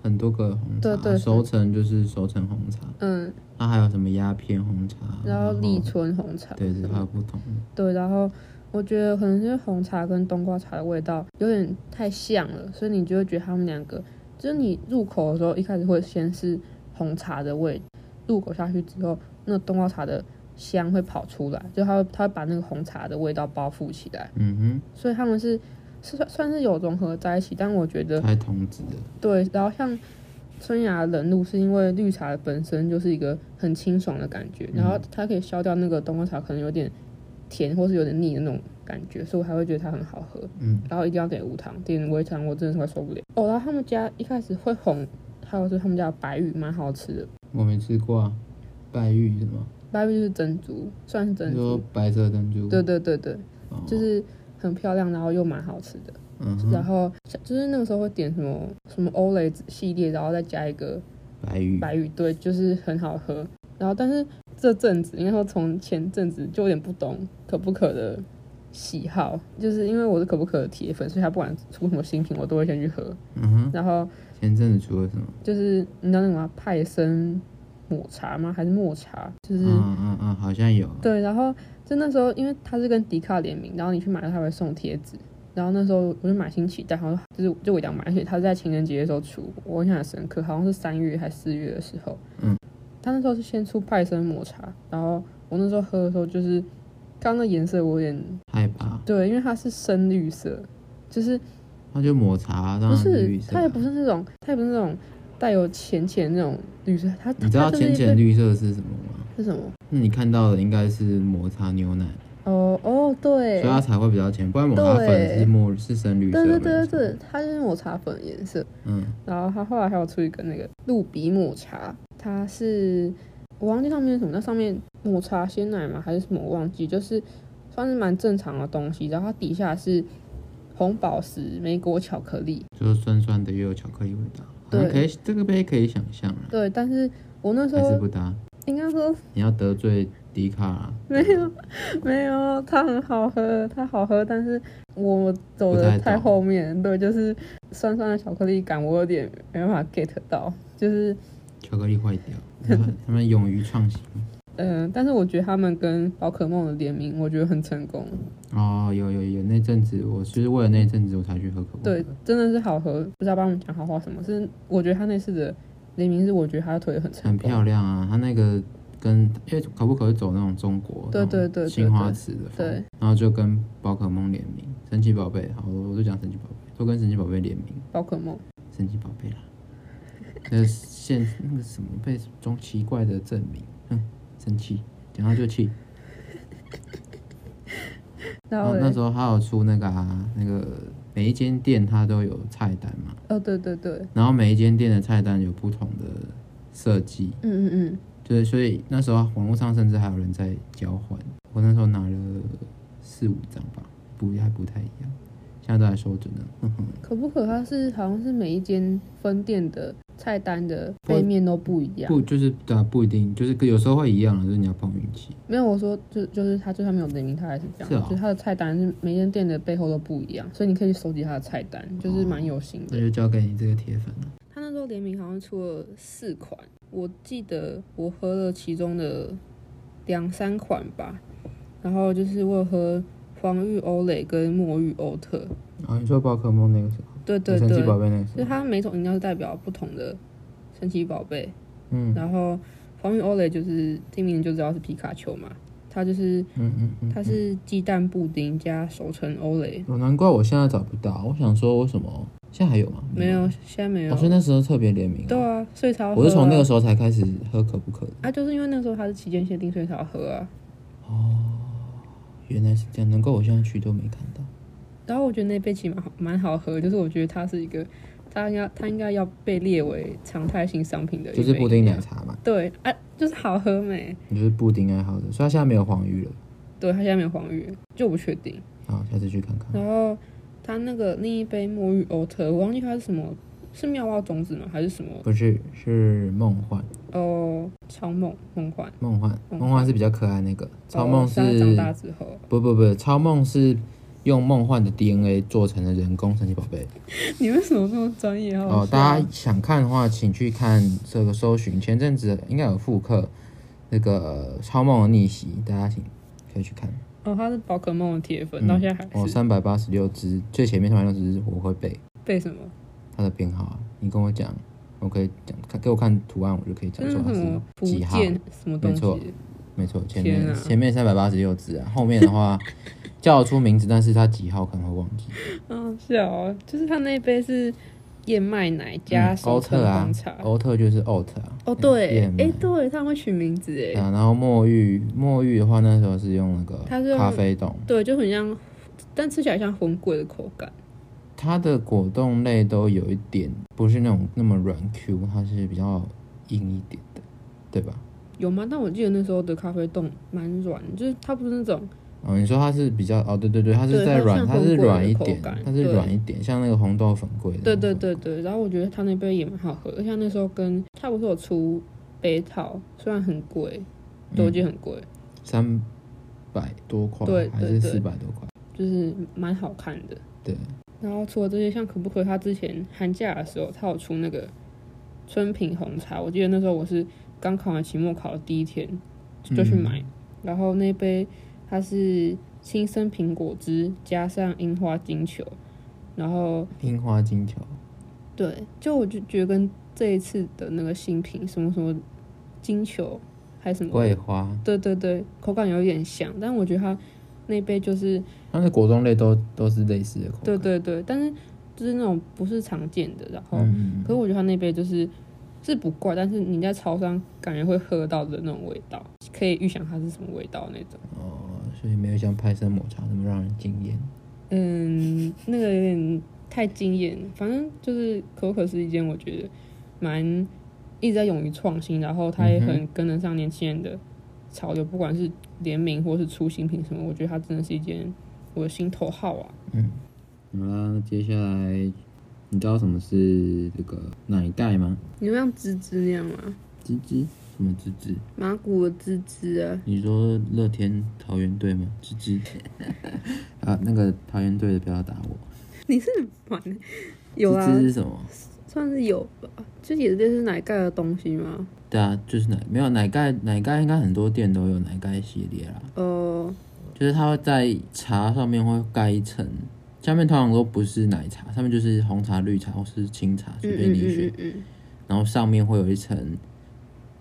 Speaker 2: 很多个红茶，
Speaker 1: 对对
Speaker 2: 熟成就是熟成红茶，
Speaker 1: 嗯，
Speaker 2: 它还有什么鸦片红茶，
Speaker 1: 然后立
Speaker 2: 立
Speaker 1: 春红茶，
Speaker 2: 哦对对，还有不同的，
Speaker 1: 对，然后我觉得可能是红茶跟冬瓜茶的味道有点太像了，所以你就会觉得它们两个，就是你入口的时候一开始会先是红茶的味，入口下去之后，那冬瓜茶的香会跑出来，就它会它会把那个红茶的味道包覆起来，
Speaker 2: 嗯
Speaker 1: 所以它们是是算算是有融合在一起，但我觉
Speaker 2: 哼，
Speaker 1: 得
Speaker 2: 它是同质的，
Speaker 1: 对，然后像。春芽冷露是因为绿茶本身就是一个很清爽的感觉，然后
Speaker 2: 嗯
Speaker 1: 它可以消掉那个冬瓜茶可能有点甜或是有点腻的那种感觉，所以我还会觉得它很好喝。
Speaker 2: 嗯，
Speaker 1: 然后一定要点无糖，点微糖我真的是快受不了。哦，然后他们家一开始会红，还有就是他们家的白玉蛮好吃的，
Speaker 2: 我没吃过啊，白玉是吗？
Speaker 1: 白玉就是珍珠，算是珍
Speaker 2: 你说
Speaker 1: 珠，
Speaker 2: 白色珍珠，
Speaker 1: 对，对对对，
Speaker 2: 哦、
Speaker 1: 就是很漂亮，然后又蛮好吃的。
Speaker 2: 嗯
Speaker 1: 然
Speaker 2: 哼，
Speaker 1: 后就是那个时候会点什么什么欧蕾系列，然后再加一个
Speaker 2: 白玉，
Speaker 1: 白玉对，就是很好喝。然后但是这阵子，应该说从前阵子就有点不懂可不可的喜好，就是因为我是可不可的铁粉，所以他不管出什么新品，我都会先去喝。
Speaker 2: 嗯哼，
Speaker 1: 然后
Speaker 2: 前阵子出了什么？
Speaker 1: 就是你知道那个吗？派森抹茶吗？还是抹茶？就是、
Speaker 2: 嗯嗯嗯，好像有，
Speaker 1: 对，然后就那时候，因为它是跟迪卡联名，然后你去买了，它会送贴纸。然后那时候我就买新期待，然后就是就我一定要买，而且它是在情人节的时候出，我印象很深刻，好像是三月还是四月的时候。
Speaker 2: 嗯，
Speaker 1: 它那时候是先出派森抹茶，然后我那时候喝的时候就是，刚刚那颜色我有点
Speaker 2: 害怕，
Speaker 1: 对，因为它是深绿色，就是
Speaker 2: 它就抹茶，当
Speaker 1: 不
Speaker 2: 然
Speaker 1: 是
Speaker 2: 绿色啊，
Speaker 1: 它也不是那种，它也不是那种带有浅浅那种绿色，它它
Speaker 2: 你知道
Speaker 1: 它就是一
Speaker 2: 浅
Speaker 1: 个
Speaker 2: 浅绿色是什么吗？
Speaker 1: 是什么？
Speaker 2: 那你看到的应该是抹茶牛奶，
Speaker 1: 哦哦，对
Speaker 2: 所以，它才会比较浅，不然抹茶粉
Speaker 1: 对
Speaker 2: 是墨是深绿色，
Speaker 1: 对对对对
Speaker 2: 没错
Speaker 1: 对，，它就是抹茶粉的颜色。
Speaker 2: 嗯。
Speaker 1: 然后它后来还有出一个那个露比抹茶，它是我忘记上面是什么，那上面抹茶鲜奶嘛还是什么，我忘记，就是算是蛮正常的东西。然后它底下是红宝石莓果巧克力，
Speaker 2: 就是酸酸的又有巧克力味道，好
Speaker 1: 对
Speaker 2: 像可以这个杯可以想象啊，
Speaker 1: 对，但是我那时
Speaker 2: 还是
Speaker 1: 候
Speaker 2: 不搭。
Speaker 1: 应该说
Speaker 2: 你要得罪迪卡、啊，
Speaker 1: 没有，没有，它很好喝，它好喝，但是我走
Speaker 2: 不
Speaker 1: 的
Speaker 2: 太
Speaker 1: 太
Speaker 2: 懂
Speaker 1: 后面，对，就是酸酸的巧克力感，我有点没办法 get 到，就是
Speaker 2: 巧克力坏掉，他们勇于创新，
Speaker 1: 嗯、但是我觉得他们跟宝可梦的联名，我觉得很成功。
Speaker 2: 哦，有有有，那阵子我是为了那阵子我才去喝可梦。
Speaker 1: 对，，真的是好喝，不知道帮我们讲好话什么。是我觉得他那次的联名是，我觉得他推的很成功，
Speaker 2: 很漂亮啊，它那个跟因为可不可以走那种中国
Speaker 1: 对对对对
Speaker 2: 青花瓷的风
Speaker 1: 对，
Speaker 2: 然后就跟宝可梦联名，神奇宝贝，好，我就讲神奇宝贝，都跟神奇宝贝联名，
Speaker 1: 宝可梦。
Speaker 2: 神奇宝贝啦，那现那个什么被中奇怪的证明，哼，生气，讲到就气。
Speaker 1: 然
Speaker 2: 然
Speaker 1: 后
Speaker 2: 后
Speaker 1: 嘞
Speaker 2: 那时候还有出那个啊，那个每一间店它都有菜单嘛，
Speaker 1: 哦，对对对，
Speaker 2: 然后每一间店的菜单有不同的设计，
Speaker 1: 嗯嗯嗯，
Speaker 2: 对，所以那时候网络上甚至还有人在交换，我那时候拿了四五张吧，不还不太一样，现在都还收着呢。哼哼
Speaker 1: 可不可它是好像是每一间分店的菜单的背面都不一样
Speaker 2: 不，。就是对啊，不一定，就是有时候会一样啊，就是你要碰运气。
Speaker 1: 没有，我说就就是它就算没有联名，它还是这样，
Speaker 2: 是哦
Speaker 1: 就是它的菜单是每间店的背后都不一样，所以你可以去收集它的菜单，
Speaker 2: 哦
Speaker 1: 就是蛮有心的
Speaker 2: 那。就交给你这个铁粉了。
Speaker 1: 他那时候联名好像出了四款，我记得我喝了其中的两三款吧，然后就是我有喝黄玉欧蕾跟墨玉欧特，
Speaker 2: 啊，你说宝可梦那个时候，
Speaker 1: 对对
Speaker 2: 神
Speaker 1: 对，
Speaker 2: 奇宝
Speaker 1: 所
Speaker 2: 贝那个时
Speaker 1: 以
Speaker 2: 候，
Speaker 1: 它每种饮料是代表不同的神奇宝贝，
Speaker 2: 嗯
Speaker 1: 然后黄玉欧蕾就是听名就知道是皮卡丘嘛，它就是
Speaker 2: 嗯嗯嗯，
Speaker 1: 它是鸡蛋布丁加熟成欧蕾，
Speaker 2: 哦，难怪我现在找不到，我想说为什么现在还有吗？
Speaker 1: 没有，现在没有
Speaker 2: 我，说那时候特别联名、
Speaker 1: 对，啊，所以才要喝啊、
Speaker 2: 哦我是从那个时候才开始喝可不可的。
Speaker 1: 啊，就是因为那时候它是期间限定，所以才要喝啊。
Speaker 2: 原来是这样，难怪我现在去都没看到。
Speaker 1: 然后我觉得那杯其实蛮好蛮好喝，就是我觉得它是一个，它应该它应该要被列为常态性商品的一
Speaker 2: 就
Speaker 1: 杯，
Speaker 2: 是布丁奶茶嘛，
Speaker 1: 对啊，就是好喝没？
Speaker 2: 你就是布丁爱好者，所以它现在没有黄鱼了。
Speaker 1: 对，它现在没有黄玉，就不确定。
Speaker 2: 好，啊下次去看看。
Speaker 1: 然后它那个另一杯墨玉欧特，我忘记它是什么，是妙蛙种子吗？还是什么？
Speaker 2: 不是，是梦幻，
Speaker 1: 哦，超梦梦幻。
Speaker 2: 梦幻，
Speaker 1: 梦幻
Speaker 2: 梦幻是比较可爱那个。超梦是
Speaker 1: 嗯哦、它长大之后，
Speaker 2: 不不不，超梦是用梦幻的 DNA 做成的人工神奇宝贝。
Speaker 1: 你为什么这么专业？好好
Speaker 2: 哦，
Speaker 1: 笑
Speaker 2: 大家想看的话，请去看这个搜寻。前阵子应该有复刻那个《超梦的逆袭》，大家请可以去看。
Speaker 1: 哦，他是宝可梦的铁粉，到现在还
Speaker 2: 哦，
Speaker 1: 是
Speaker 2: 三百八十六只，最前面三百六十只我会背
Speaker 1: 背什么？
Speaker 2: 它的编号啊。你跟我讲，我可以讲，看给我看图案，我就可以讲
Speaker 1: 那
Speaker 2: 出
Speaker 1: 是
Speaker 2: 它
Speaker 1: 什
Speaker 2: 是
Speaker 1: 么嗯福
Speaker 2: 几号。
Speaker 1: 建什么东
Speaker 2: 没错
Speaker 1: 西？
Speaker 2: 没错，前
Speaker 1: 天
Speaker 2: 面、
Speaker 1: 啊
Speaker 2: 前面三百八十六只啊，后面 的话叫得出名字，但是它几号可能会忘记。
Speaker 1: 嗯，是哦，就是他那一杯是燕麦奶加
Speaker 2: 嗯
Speaker 1: 手
Speaker 2: 欧
Speaker 1: 冲
Speaker 2: 特啊
Speaker 1: 红茶。，
Speaker 2: 欧特就是 oat 啊。
Speaker 1: 哦，对，
Speaker 2: 燕
Speaker 1: 哎、
Speaker 2: 麦
Speaker 1: 对，他们会取名字哎，
Speaker 2: 啊，然后墨玉，墨玉的话那时候是用那
Speaker 1: 它是用
Speaker 2: 个咖啡冻，
Speaker 1: 对，就很像，但吃起来像混桂的口感。
Speaker 2: 它的果冻类都有一点不是那种那么软 Q，它是比较硬一点的，对吧？
Speaker 1: 有吗？但我记得那时候的咖啡冻蛮软，就是它不是那种，
Speaker 2: 哦，你说它是比较哦，对对对，它是
Speaker 1: 对它
Speaker 2: 在
Speaker 1: 像
Speaker 2: 软，它是
Speaker 1: 红果
Speaker 2: 软
Speaker 1: 的
Speaker 2: 一
Speaker 1: 口
Speaker 2: 点
Speaker 1: 感，
Speaker 2: 它是
Speaker 1: 对
Speaker 2: 软一点，像那个红豆粉桂的那
Speaker 1: 对
Speaker 2: 种。
Speaker 1: 对对对。然后我觉得它那杯也蛮好喝，而且它那时候跟它不是有出杯套，虽然很贵，
Speaker 2: 嗯
Speaker 1: 对，我记得很贵，
Speaker 2: 三百多块
Speaker 1: 对
Speaker 2: 还
Speaker 1: 对
Speaker 2: 是
Speaker 1: 对
Speaker 2: 四百多块？
Speaker 1: 就是蛮好看的。
Speaker 2: 对，
Speaker 1: 然后除了这些，像可不可，他之前寒假的时候，他有出那个春品红茶，我记得那时候我是刚考完期末考的第一天就去买，然后那杯它是青森苹果汁加上樱花金球，然后
Speaker 2: 樱花金条。
Speaker 1: 对，就我就觉得跟这一次的那个新品什么什么金球还是什么，
Speaker 2: 桂花，
Speaker 1: 对对对，口感有点像，但我觉得它那杯就是
Speaker 2: 它的果冻类都都是类似的口感。
Speaker 1: 对哦对对，但是就是那种不是常见的，然后。
Speaker 2: 嗯，嗯，嗯
Speaker 1: 可是我觉得它那杯就是是不怪，但是你在超商感觉会喝到的那种味道，可以预想它是什么味道那种。
Speaker 2: 哦，所以没有像派森抹茶那么让人惊艳。
Speaker 1: 嗯，那个有点太惊艳，反正就是可口可是一间我觉得蛮一直在勇于创新，然后它也
Speaker 2: 嗯
Speaker 1: 很跟得上年轻人的潮流，不管是联名或是出新品什么，我觉得它真的是一间我的心头好啊。
Speaker 2: 好啦，那接下来你知道什么是这个奶盖吗？
Speaker 1: 你就像芝芝那样吗？
Speaker 2: 芝芝，什么芝芝？
Speaker 1: 麻古的芝芝啊，
Speaker 2: 你说乐天桃园队吗？芝芝。 啊，那个桃园队的不要打我。
Speaker 1: 你是蛮有啊
Speaker 2: 芝芝是什么？
Speaker 1: 算是有吧，就也就是奶盖的东西嘛。
Speaker 2: 对啊，就是奶没有奶盖，奶盖应该很多店都有奶盖系列啦。
Speaker 1: 呃，
Speaker 2: 就是它会在茶上面会盖一层，下面通常都不是奶茶，上面就是红茶、绿茶或是清茶，
Speaker 1: 嗯
Speaker 2: 随便
Speaker 1: 嗯
Speaker 2: 你
Speaker 1: 嗯
Speaker 2: 选。
Speaker 1: 嗯嗯
Speaker 2: 然后上面会有一层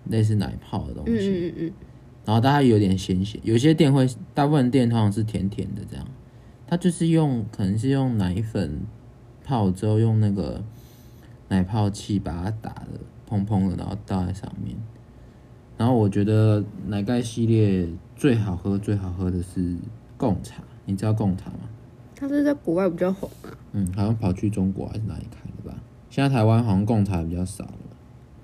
Speaker 2: 类似奶泡的东
Speaker 1: 嗯嗯
Speaker 2: 西，
Speaker 1: 嗯嗯，
Speaker 2: 然后大家有点咸咸，有些店会，大部分店通常是甜甜的这样。它就是用，可能是用奶粉泡之后，用那个奶泡器把它打的蓬蓬的，然后倒在上面。然后我觉得奶盖系列最好喝、最好喝的是贡茶，你知道贡茶吗？
Speaker 1: 它是在国外比较红啊。
Speaker 2: 嗯，好像跑去中国还是哪里开的吧？现在台湾好像贡茶比较少了。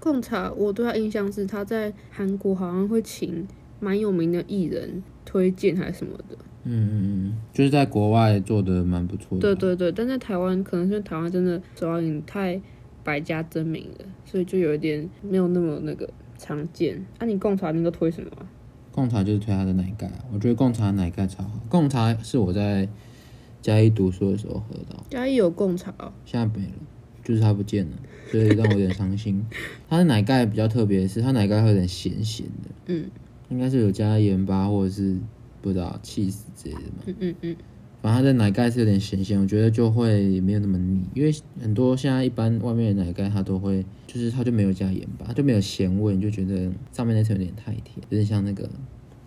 Speaker 1: 贡茶，我对它印象是它在韩国好像会请蛮有名的艺人推荐还是什么的。
Speaker 2: 嗯嗯嗯，就是在国外做的蛮不错的。
Speaker 1: 对。对对，但在台湾可能是因为台湾真的手摇饮太百家争鸣了，所以就有一点没有那么那个常见。啊，你贡茶你都推什么啊、
Speaker 2: 贡茶就是推它的奶盖啊，我觉得贡茶奶盖超好。贡茶是我在嘉义读书的时候喝到，
Speaker 1: 嘉义有贡茶、哦，
Speaker 2: 现在没了，就是它不见了，所以让我有点伤心。它的奶盖比较特别的是，它奶盖会有点咸咸的，
Speaker 1: 嗯
Speaker 2: 应该是有加盐巴或者是不知道 cheese 之类的嘛。
Speaker 1: 嗯嗯嗯，
Speaker 2: 反正它的奶盖是有点咸咸，我觉得就会没有那么腻，因为很多现在一般外面的奶盖它都会，就是它就没有加盐巴，它就没有咸味，你就觉得上面那层有点太甜，有点像那个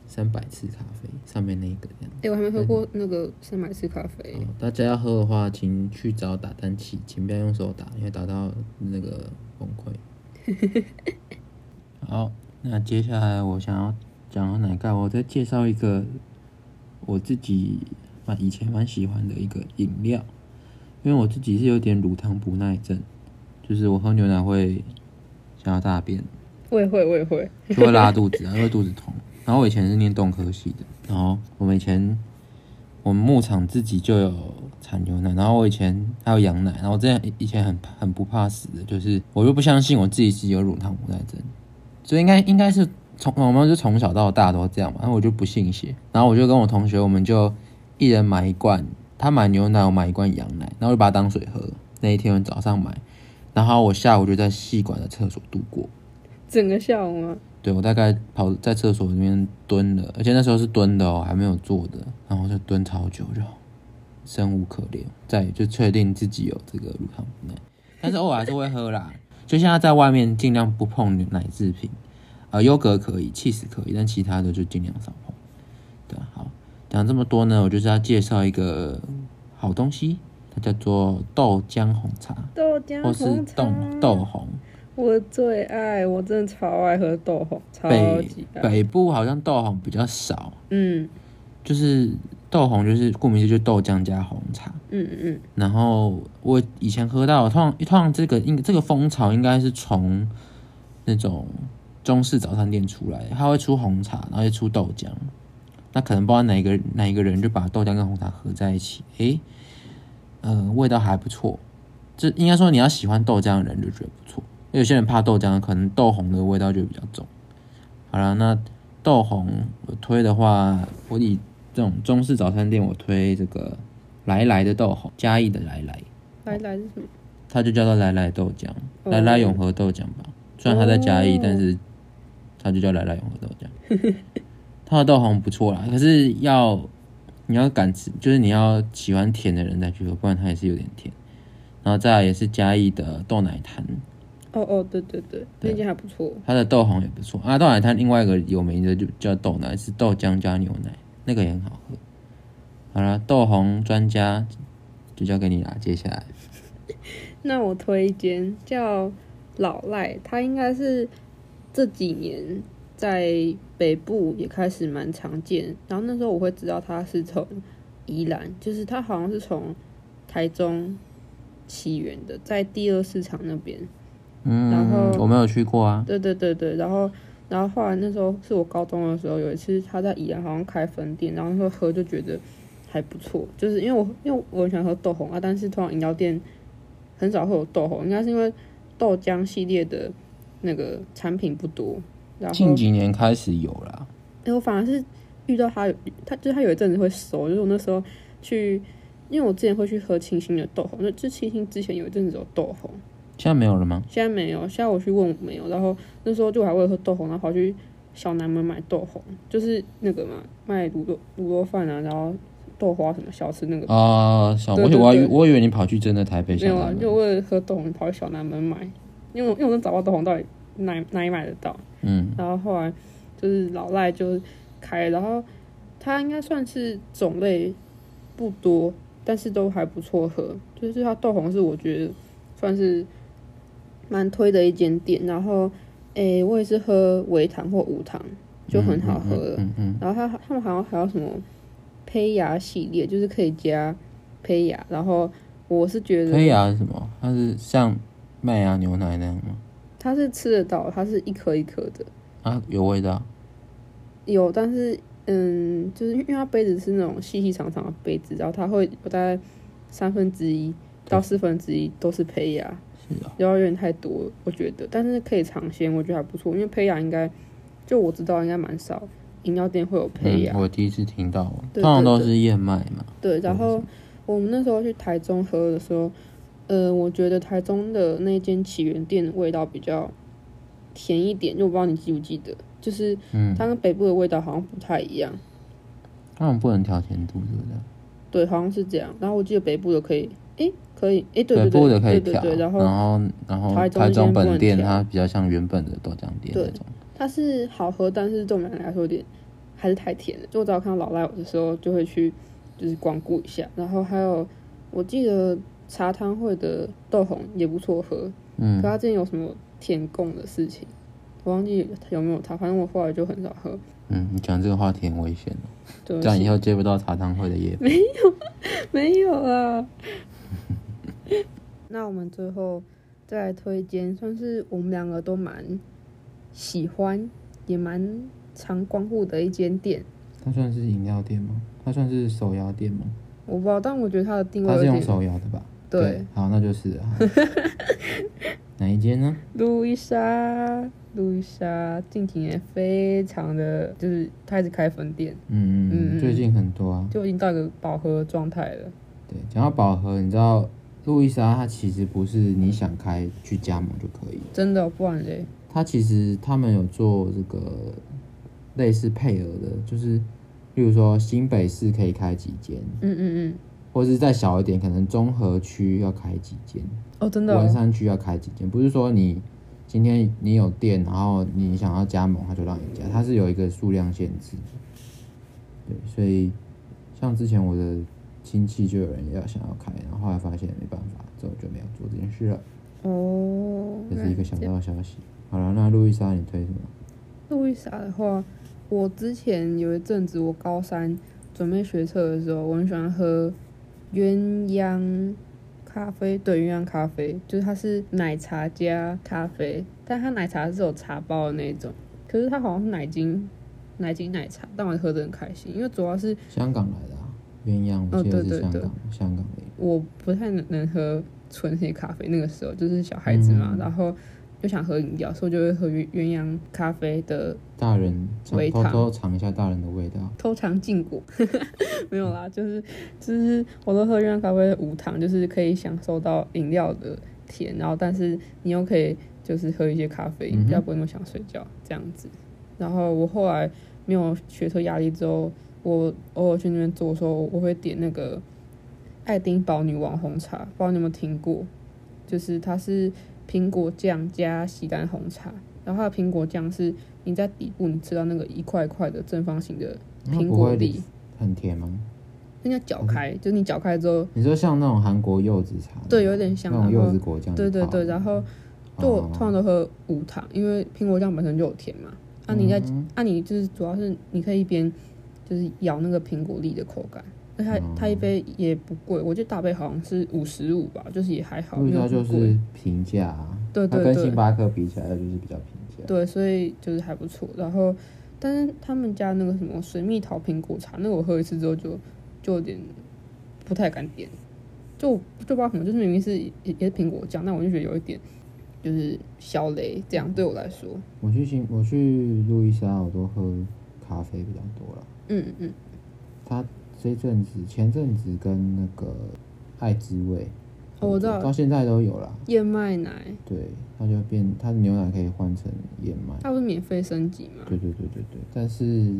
Speaker 2: 三百次咖啡上面那一个这样。
Speaker 1: 哎、我还没喝过那个三百次咖啡。
Speaker 2: 哦大家要喝的话，请去找打蛋器，请不要用手打，因为打到那个崩溃。好，那接下来我想要讲到奶盖，我再介绍一个我自己蛮以前蛮喜欢的一个饮料，因为我自己是有点乳糖不耐症，就是我喝牛奶会想要大便，
Speaker 3: 我也会，我也会。
Speaker 2: 就会拉肚子啊，会肚子痛。然后我以前是念动科系的，然后我们以前我们牧场自己就有产牛奶，然后我以前还有羊奶，然后我之前以前很很不怕死的，就是我又不相信我自己是有乳糖不耐症，所以应该应该是从我们就从小到大都这样嘛，然后我就不信邪，然后我就跟我同学，我们就一人买一罐，他买牛奶，我买一罐羊奶，然后就把它当水喝。那一天早上买，然后我下午就在系馆的厕所度过。
Speaker 1: 整个下午吗？
Speaker 2: 对我大概跑在厕所里面蹲了，而且那时候是蹲的哦，还没有坐的，然后就蹲超久，就生无可恋，再也就确定自己有这个乳糖不耐，但是偶尔还是会喝啦。就现在在外面尽量不碰奶制品，呃，优格可以，气死可以，但其他的就尽量少碰。对啊，好，讲这么多呢，我就是要介绍一个好东西，它叫做豆浆红茶，
Speaker 3: 豆浆
Speaker 2: 或是
Speaker 1: 哦
Speaker 2: 豆豆红。
Speaker 3: 我最爱，我真的超爱喝豆红，超
Speaker 2: 北
Speaker 3: 级爱。
Speaker 2: 北部好像豆红比较少，
Speaker 3: 嗯
Speaker 2: 就是豆红，就是顾名思义，就是豆浆加红茶。
Speaker 3: 嗯嗯
Speaker 2: 然后我以前喝到，通常通常这个应这个风潮应该是从那种中式早餐店出来，它会出红茶，然后又出豆浆。那可能不知道哪一个哪一个人就把豆浆跟红茶合在一起，诶，嗯、味道还不错。这应该说你要喜欢豆浆的人就觉得不错，因为有些人怕豆浆，可能豆红的味道就比较重。好了，那豆红我推的话，我以这种中式早餐店，我推这个来来的豆红，嘉义的来来，
Speaker 1: 来来是什么？
Speaker 2: 它就叫做来来豆浆，
Speaker 1: 哦
Speaker 2: 来来永和豆浆吧。虽然它在嘉义，
Speaker 1: 哦
Speaker 2: 但是它就叫来来永和豆浆。 它的豆红不错啦，可是要你要敢吃，就是你要喜欢甜的人再去喝，不然它也是有点甜。然后再来也是嘉义的豆奶摊，
Speaker 1: 哦哦，对对对，那间还不错。
Speaker 2: 它的豆红也不错啊。豆奶摊另外一个有名的就叫豆奶，是豆浆加牛奶，那个也很好喝。好啦，豆红专家就交给你啦，接下来。
Speaker 1: 那我推一间叫老赖，它应该是这几年在北部也开始蛮常见。然后那时候我会知道它是从宜兰，就是它好像是从台中起源的，在第二市场那边。
Speaker 2: 嗯，
Speaker 1: 然后
Speaker 2: 我没有去过啊。
Speaker 1: 对对对对，然后然后后来那时候是我高中的时候，有一次他在宜兰好像开分店，然后那时候喝就觉得还不错，就是因为我因为我很喜欢喝豆红啊，但是通常饮料店很少会有豆红，应该是因为豆浆系列的那个产品不多，然后
Speaker 2: 近几年开始有啦，
Speaker 1: 哎、我反而是遇到他有，他就是他有一阵子会熟，就是我那时候去，因为我之前会去喝清新的豆红，那就清新之前有一阵子有豆红，
Speaker 2: 现在没有了吗？
Speaker 1: 现在没有，现在我去问没有。然后那时候就我还为了喝豆红，然后跑去小南门买豆红，就是那个嘛，卖卤肉卤肉饭啊，然后豆花什么小吃那个。
Speaker 2: 哦，小，
Speaker 1: 对
Speaker 2: 我以
Speaker 1: 对
Speaker 2: 我还以
Speaker 1: 对
Speaker 2: 我以为你跑去真的台北
Speaker 1: 没
Speaker 2: 小
Speaker 1: 有
Speaker 2: 南
Speaker 1: 啊，
Speaker 2: 门
Speaker 1: 就为了喝豆红跑去小南门买，因为我因为我真的找不到豆红到底哪里哪里买得到。
Speaker 2: 嗯，
Speaker 1: 然后后来就是老赖就开了，然后它应该算是种类不多，但是都还不错喝。就是它豆红是我觉得算是蛮推的一间店。然后诶，我也是喝微糖或无糖，就很好喝了。
Speaker 2: 嗯嗯，
Speaker 1: 然后他他们好像还有什么胚芽系列，就是可以加胚芽。然后我是觉
Speaker 2: 胚
Speaker 1: 得
Speaker 2: 芽啊是什么？它是像麦芽牛奶那样吗？
Speaker 1: 它是吃得到，它是一颗一颗的。
Speaker 2: 啊，有味道。
Speaker 1: 有，但是嗯，就是因为它杯子是那种细细长长的杯子，然后它会有大概三分之一到四分之一都是胚芽，
Speaker 2: 是啊，
Speaker 1: 然后有点太多了，我觉得。但是可以尝鲜，我觉得还不错，因为胚芽应该就我知道应该蛮少饮料店会有胚芽。
Speaker 2: 嗯，我第一次听到，通
Speaker 1: 啊对
Speaker 2: 常都
Speaker 1: 对
Speaker 2: 是燕麦嘛。
Speaker 1: 对，然后我们那时候去台中喝的时候，呃，我觉得台中的那间起源店味道比较甜一点，就我不知道你记不记得，就是
Speaker 2: 嗯，
Speaker 1: 它跟北部的味道好像不太一样。
Speaker 2: 他们不能调甜度，是不是？
Speaker 1: 对，好像是这样。然后我记得北部的可以，诶，可以，诶，对对
Speaker 2: 北
Speaker 1: 对，
Speaker 2: 部的可以
Speaker 1: 对对
Speaker 2: 调，嗯
Speaker 1: 对。然后
Speaker 2: 后然后
Speaker 1: 台中那边不
Speaker 2: 本
Speaker 1: 能
Speaker 2: 店
Speaker 1: 调
Speaker 2: 它比较像原本的豆浆店
Speaker 1: 对
Speaker 2: 那种。
Speaker 1: 它是好喝，但是对我们来说有点还是太甜了。就我只要看到老赖有的时候，就会去就是光顾一下。然后还有，我记得茶汤会的豆红也不错喝，可
Speaker 2: 嗯，
Speaker 1: 他之前有什么舔供的事情，我忘记有没有他，反正我后来就很少喝。
Speaker 2: 嗯，你讲这个话题很危险哦，
Speaker 1: 对，
Speaker 2: 这样以后接不到茶汤会的业配。
Speaker 1: 没有啊啦。那我们最后再来推荐，算是我们两个都蛮喜欢，也蛮常光顾的一间店。
Speaker 2: 它算是饮料店吗？它算是手摇店吗？
Speaker 1: 我不知道，但我觉得它的定位
Speaker 2: 它
Speaker 1: 有
Speaker 2: 是用
Speaker 1: 点
Speaker 2: 手摇的吧？
Speaker 1: 对，
Speaker 2: 好，那就是 了。好哪一间呢？
Speaker 1: 路易莎，路易莎近几年非常的，就是开始开分店，
Speaker 2: 嗯嗯
Speaker 1: 嗯
Speaker 2: 嗯，
Speaker 1: 嗯
Speaker 2: 最近很多啊。
Speaker 1: 就已经到一个饱和状态了。
Speaker 2: 对，讲到饱和，你知道路易莎它其实不是你想开去加盟就可以，
Speaker 1: 真的，不然嘞，
Speaker 2: 它其实他们有做这个类似配额的，就是例如说新北市可以开几间，
Speaker 1: 嗯嗯
Speaker 2: 或是再小一点，可能中和区要开几间，
Speaker 1: 嗯，哦，真的
Speaker 2: 文
Speaker 1: 哦、
Speaker 2: 山区要开几间，不是说你。今天你有店，然后你想要加盟，他就让你加，它是有一个数量限制的。对，所以像之前我的亲戚就有人要想要开，然后后来发现没办法，之后就没有做这件事了。
Speaker 1: 哦，
Speaker 2: 这是一个小道消息。好了，那路易莎你推什么？
Speaker 1: 路易莎的话，我之前有一阵子，我高三准备学测的时候，我很喜欢喝鸳鸯咖啡，对，鸳鸯咖啡，就是它是奶茶加咖啡，但它奶茶是有茶包的那种，可是它好像是奶精。奶精奶茶，但我喝得很开心，因为主要是
Speaker 2: 香港来的、啊、鸳鸯，我
Speaker 1: 哦
Speaker 2: 记得
Speaker 1: 对对
Speaker 2: 是香港，
Speaker 1: 对
Speaker 2: 香港的。
Speaker 1: 我不太能能喝纯黑咖啡，那个时候就是小孩子嘛，
Speaker 2: 嗯
Speaker 1: 然后又想喝饮料，所以我就会喝鸳鸳鸯咖啡的
Speaker 2: 大人尝
Speaker 1: 微
Speaker 2: 偷
Speaker 1: 糖
Speaker 2: 偷尝一下大人的味道，
Speaker 1: 偷尝禁果， 没有啦，就是就是我都喝鸳鸯咖啡的无糖，就是可以享受到饮料的甜，然后但是你又可以就是喝一些咖啡
Speaker 2: 嗯
Speaker 1: 因，
Speaker 2: 哼
Speaker 1: 比较不会那么想睡觉这样子。然后我后来没有学车压力之后，我偶尔去那边做的时候，我会点那个爱丁堡女王红茶，不知道你有没有听过？就是它是苹果酱加西丹红茶，然后它的苹果酱是你在底部你吃到那个一块一块的正方形的
Speaker 2: 那
Speaker 1: 苹
Speaker 2: 不
Speaker 1: 果
Speaker 2: 会
Speaker 1: 粒，
Speaker 2: 很甜吗？
Speaker 1: 那叫搅开，就是你搅开之后，
Speaker 2: 你说像那种韩国柚子茶，
Speaker 1: 对有点像
Speaker 2: 那种
Speaker 1: 然后
Speaker 2: 柚子果酱，
Speaker 1: 对对对，然后就我
Speaker 2: 嗯哦
Speaker 1: 通常都喝无糖，因为苹果酱本身就有甜嘛。啊，你在、
Speaker 2: 嗯
Speaker 1: 啊，你就是主要是你可以一边就是咬那个苹果粒的口感，而且它
Speaker 2: 哦
Speaker 1: 它一杯也不贵，我记得大杯好像是五十五吧，就是也还好，
Speaker 2: 路易
Speaker 1: 没有
Speaker 2: 莎就
Speaker 1: 很贵
Speaker 2: 是。平价、啊，
Speaker 1: 对对
Speaker 2: 它跟
Speaker 1: 对
Speaker 2: 星巴克比起来就是比较平价。
Speaker 1: 对，所以就是还不错。然后，但是他们家那个什么水蜜桃苹果茶，那个我喝一次之后就就有点不太敢点，就就不知道为什么，就是明明是也也是苹果酱，但我就觉得有一点就是小雷这样对我来说，
Speaker 2: 我去星，我去路易啊莎，我都喝咖啡比较多了。
Speaker 1: 嗯嗯，
Speaker 2: 它这阵子前阵子跟那个爱滋味
Speaker 1: 哦我知道
Speaker 2: 到现在都有啦。
Speaker 1: 燕麦奶，
Speaker 2: 对，它就变它的牛奶可以换成燕麦。
Speaker 1: 它不是免费升级吗？
Speaker 2: 对对对对对，但是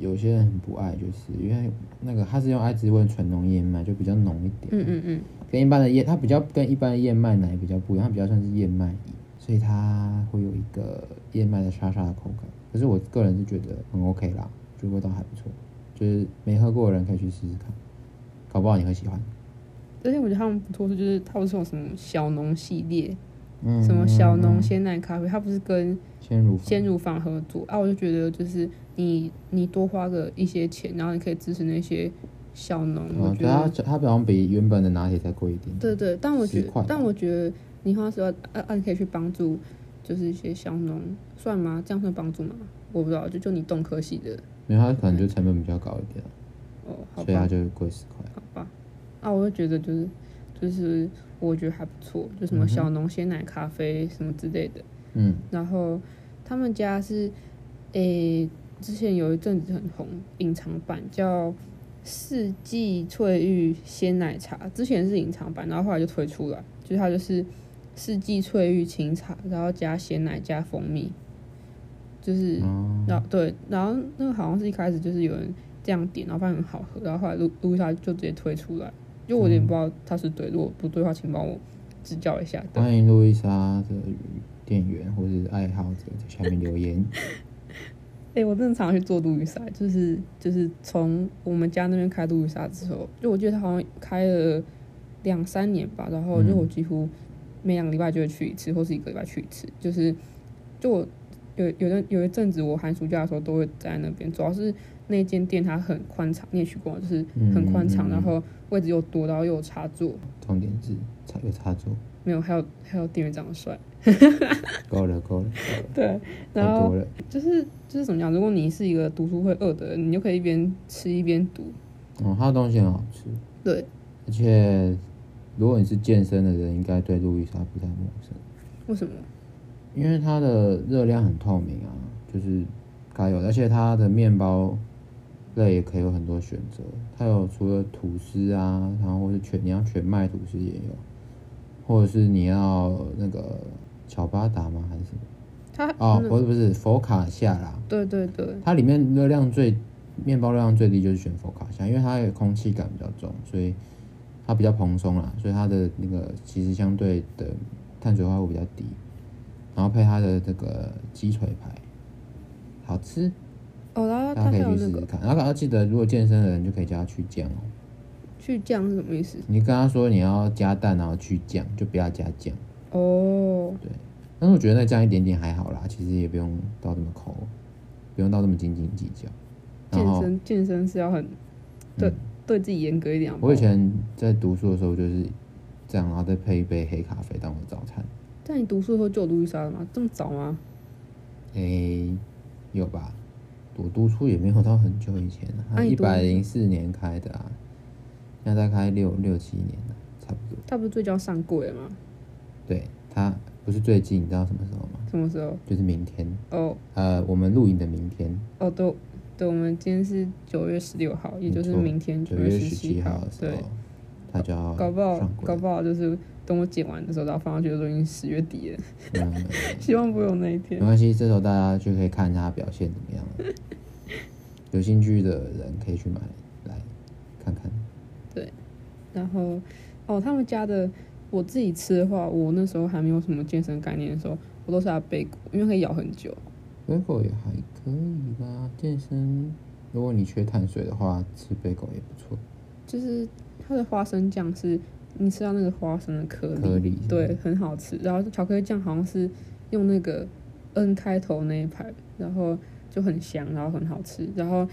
Speaker 2: 有些人很不爱，就是因为那个它是用爱滋味纯浓燕麦，就比较浓一点，
Speaker 1: 嗯嗯嗯，
Speaker 2: 跟一般的燕它比较跟一般的燕麦奶比较不一样，它比较算是燕麦饮，所以它会有一个燕麦的沙沙的口感。可是我个人是觉得很 OK 啦，觉得味道还不错，就是没喝过的人可以去试试看，搞不好你会喜欢。
Speaker 1: 而且我觉得他们不错是，就是它不是有什么小农系列，
Speaker 2: 嗯，
Speaker 1: 什么小
Speaker 2: 嗯
Speaker 1: 农
Speaker 2: 嗯
Speaker 1: 鲜奶咖啡，它不是跟
Speaker 2: 鲜乳粉
Speaker 1: 鲜乳坊合作啊，我就觉得就是你你多花个一些钱，然后你可以支持那些小农，我
Speaker 2: 哦，
Speaker 1: 觉
Speaker 2: 对它
Speaker 1: 得
Speaker 2: 它好像比原本的拿铁再贵一点。
Speaker 1: 对对，但我觉
Speaker 2: 10块
Speaker 1: 得但我觉得你花十万啊啊，你可以去帮助就是一些小农，算吗？这样算帮助吗？我不知道，就就你动科系的
Speaker 2: 因为它可能就成本比较高一点啊，
Speaker 1: 哦，好
Speaker 2: 所以它
Speaker 1: 吧
Speaker 2: 就贵十块。
Speaker 1: 好吧，啊，我就觉得就是就是我觉得还不错，就什么小农鲜奶咖啡什么之类的。
Speaker 2: 嗯，
Speaker 1: 然后他们家是，诶、之前有一阵子很红，隐藏版叫四季翠玉鲜奶茶，之前是隐藏版，然后后来就推出来，就是它就是四季翠玉清茶，然后加鲜奶加蜂蜜，就是，
Speaker 2: 哦，
Speaker 1: 然后对，然后那个好像是一开始就是有人这样点，然后发现很好喝，然后后来录录下就直接推出来，就我有点不知道它是对，如果不对的话，请帮我指教一下。对。
Speaker 2: 欢迎路易莎的店员或是爱好者在下面留言。
Speaker 1: 哎、我真的常常去做鲈鱼沙，就是就是从我们家那边开鲈鱼沙之后，就我记得他好像开了两三年吧，然后就
Speaker 2: 嗯
Speaker 1: 我几乎每两个礼拜就会去一次，或是一个礼拜去一次，就是就我有有的有一阵子我寒暑假的时候都会在那边，主要是那间店它很宽敞，你也去过，就是很宽敞，
Speaker 2: 嗯嗯嗯
Speaker 1: 然后位置又多，然后又有插座，
Speaker 2: 重点是插有插座，
Speaker 1: 没有还有还有店员长得帅，
Speaker 2: 够了够了，
Speaker 1: 对，
Speaker 2: 够
Speaker 1: 然
Speaker 2: 了太
Speaker 1: 后
Speaker 2: 多了。
Speaker 1: 就是就是怎么讲？如果你是一个读书会饿的人，你就可以一边吃一边读。
Speaker 2: 哦，它的东西很好吃，
Speaker 1: 对，
Speaker 2: 而且如果你是健身的人，应该对路易莎不太陌生，
Speaker 1: 为什么？
Speaker 2: 因为它的热量很透明啊，就是该有的，而且它的面包类也可以有很多选择，它有除了吐司啊，然后或是全你要全麦吐司也有，或者是你要那个巧巴达吗？还是什么？
Speaker 1: 它
Speaker 2: 哦，
Speaker 1: 嗯
Speaker 2: 不是不是，佛卡夏啦，
Speaker 1: 对对对，
Speaker 2: 它里面热量最面包热量最低就是选佛卡夏，因为它的空气感比较重，所以它比较蓬松啦，所以它的那个其实相对的碳水化合物比较低，然后配它的这个鸡腿排，好吃，
Speaker 1: 哦，然后
Speaker 2: 大
Speaker 1: 它
Speaker 2: 家可
Speaker 1: 还
Speaker 2: 以
Speaker 1: 有
Speaker 2: 去
Speaker 1: 那
Speaker 2: 试试
Speaker 1: 个
Speaker 2: 看。然后要记得，如果健身的人就可以加去酱哦。
Speaker 1: 去酱是什么意思？
Speaker 2: 你跟他说你要加蛋，然后去酱，就不要加酱。
Speaker 1: 哦，
Speaker 2: 但是我觉得那酱一点点还好啦，其实也不用到这么抠，不用到这么斤斤计较。然
Speaker 1: 健
Speaker 2: 后嗯
Speaker 1: 身健身是要很对、对自己严格一点好不好。
Speaker 2: 我以前在读书的时候就是这样，然后再配一杯黑咖啡当我的早餐。
Speaker 1: 在你读书的时候就有路易莎了吗？这么早吗？
Speaker 2: 诶、有吧？我读书也没有到很久以前
Speaker 1: 那
Speaker 2: 啊，
Speaker 1: 你
Speaker 2: 一
Speaker 1: 读
Speaker 2: 百零四年开的啊，那大概六六七年了，差不多。
Speaker 1: 他不是最近要上柜了吗？
Speaker 2: 对，它不是最近，你知道什么时候吗？
Speaker 1: 什么时候？
Speaker 2: 就是明天，
Speaker 1: 哦
Speaker 2: 呃，我们录影的明天，
Speaker 1: 哦，对对，我们今天是九月十六号，也就是
Speaker 2: 没错
Speaker 1: 明天
Speaker 2: 九
Speaker 1: 月
Speaker 2: 月
Speaker 1: 十
Speaker 2: 十七号
Speaker 1: 号
Speaker 2: 的。时
Speaker 1: 对
Speaker 2: 候，，它就要
Speaker 1: 搞不好
Speaker 2: 上
Speaker 1: 搞
Speaker 2: 轨。
Speaker 1: 不好就是等我剪完的时候，然后放上去的时候已经十月底了，
Speaker 2: 嗯，
Speaker 1: 希望不会有那一
Speaker 2: 没
Speaker 1: 天。
Speaker 2: 关系，这时候大家就可以看它表现怎么样了。 有兴趣的人可以去买来看看。
Speaker 1: 然后，哦，他们家的我自己吃的话，我那时候还没有什么健身概念的时候，我都是要贝果，因为可以咬很久。
Speaker 2: 贝狗也还可以啦，健身。如果你缺碳水的话，吃贝狗也不错。
Speaker 1: 就是它的花生酱是你吃到那个花生的颗粒，
Speaker 2: 颗粒
Speaker 1: 对，很好吃。然后巧克力酱好像是用那个 N 开头那一排，然后就很香，然后很好吃。然后，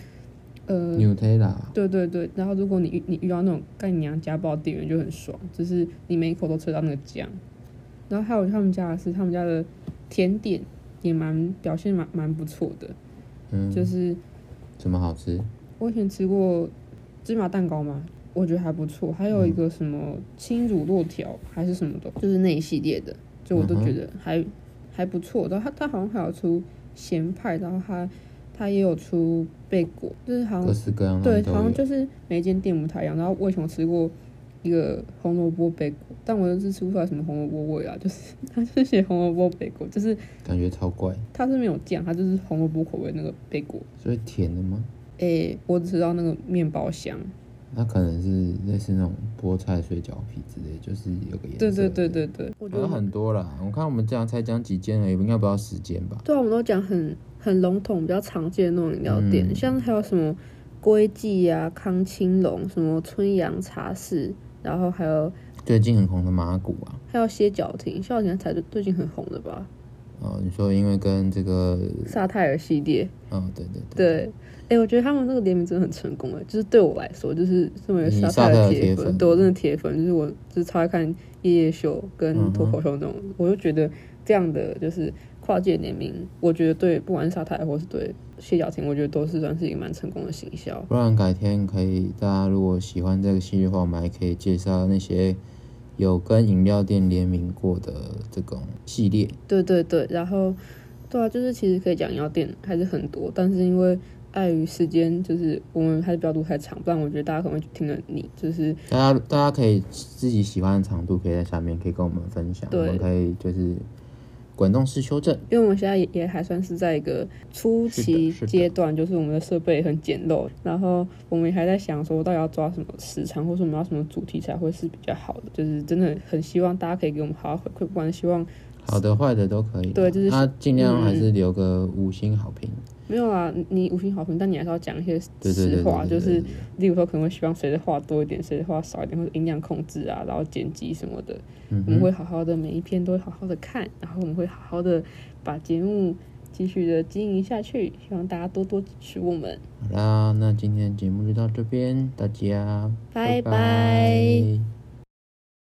Speaker 1: 呃，
Speaker 2: Nutella，
Speaker 1: 对对对，然后如果你遇你遇到那种干娘家暴店员就很爽，就是你每一口都吃到那个酱。然后还有他们家的是他们家的甜点也蛮表现蛮蛮不错的，
Speaker 2: 嗯，
Speaker 1: 就是
Speaker 2: 什么好吃？
Speaker 1: 我以前吃过芝麻蛋糕嘛，我觉得还不错。还有一个什么轻乳酪条还是什么的，就是那一系列的，就我都觉得还、还不错。然后它它好像还有出咸派，然后它它也有出贝果，就是好像
Speaker 2: 各式各样的
Speaker 1: 对，
Speaker 2: 都
Speaker 1: 好像
Speaker 2: 有。
Speaker 1: 就是每一间店不太一样。然后我以前有吃过一个红萝卜北果，但我又是吃不出来什么红萝卜味啊， 就是它就是写红萝卜北果，就是
Speaker 2: 感觉超怪，
Speaker 1: 它是没有酱，它就是红萝卜口味那个北果。
Speaker 2: 所以甜的吗？
Speaker 1: 诶、我只吃到那个面包香，
Speaker 2: 那可能是类似那种菠菜水饺皮之类，就是有个颜色。
Speaker 1: 对对对对对，我觉
Speaker 2: 还有
Speaker 1: 得
Speaker 2: 很多啦，我看我们这样才讲几间而已，应该不到十间吧？
Speaker 1: 对啊，我们都讲很很笼统、比较常见的那种饮料店，
Speaker 2: 嗯
Speaker 1: 像还有什么龟记啊、康青龙、什么春阳茶室，然后还有
Speaker 2: 最近很红的麻古啊，
Speaker 1: 还有歇脚亭，歇脚亭才最最近很红的吧？
Speaker 2: 哦，你说因为跟这个，
Speaker 1: 萨泰尔系列，
Speaker 2: 嗯，对对对，
Speaker 1: 对，哎、我觉得他们那个联名真的很成功哎，就是对我来说，就是身为
Speaker 2: 你
Speaker 1: 沙
Speaker 2: 沙
Speaker 1: 泰
Speaker 2: 泰尔
Speaker 1: 的
Speaker 2: 铁
Speaker 1: 铁
Speaker 2: 粉
Speaker 1: 粉，嗯对我真的铁粉，就是我就是超爱看夜夜秀跟脱口秀那种，我就觉得这样的就是跨界联名，我觉得对不管是沙泰尔或是对谢小婷，我觉得都是算是一个蛮成功的行销。
Speaker 2: 不然改天可以，大家如果喜欢这个系列的话，我们还可以介绍那些有跟饮料店联名过的这种系列。
Speaker 1: 对对对，然后对啊，就是其实可以讲药店还是很多，但是因为碍于时间，就是我们还是不要录太长，不然我觉得大家可能会听得腻，就是
Speaker 2: 大家大家可以自己喜欢的长度，可以在下面可以跟我们分享，我
Speaker 1: 对
Speaker 2: 们可以就是滚动式修正。
Speaker 1: 因为我们现在也也还算是在一个初期
Speaker 2: 是的是的
Speaker 1: 阶段，就是我们的设备很简陋，然后我们也还在想说到底要抓什么时长，或是我们要什么主题才会是比较好的，就是真的很希望大家可以给我们好好回馈，不管希望
Speaker 2: 好的、坏的都可以。
Speaker 1: 对就是嗯
Speaker 2: 他尽量还是留个五星好评。
Speaker 1: 没有啊，你你五星好评，但你还是要讲一些
Speaker 2: 对对对
Speaker 1: 实话，
Speaker 2: 对对
Speaker 1: 就
Speaker 2: 对
Speaker 1: 是例如说可能会希望谁的话多一点，谁的话少一点，或者音量控制啊，然后剪辑什么的，
Speaker 2: 嗯
Speaker 1: 我们
Speaker 2: 哼，
Speaker 1: 会好好的每一篇都会好好的看，然后我们会好好的把节目继续的经营下去，希望大家多多支持我们。
Speaker 2: 好啦，那今天的节目就到这边，大家
Speaker 1: 拜拜
Speaker 2: 拜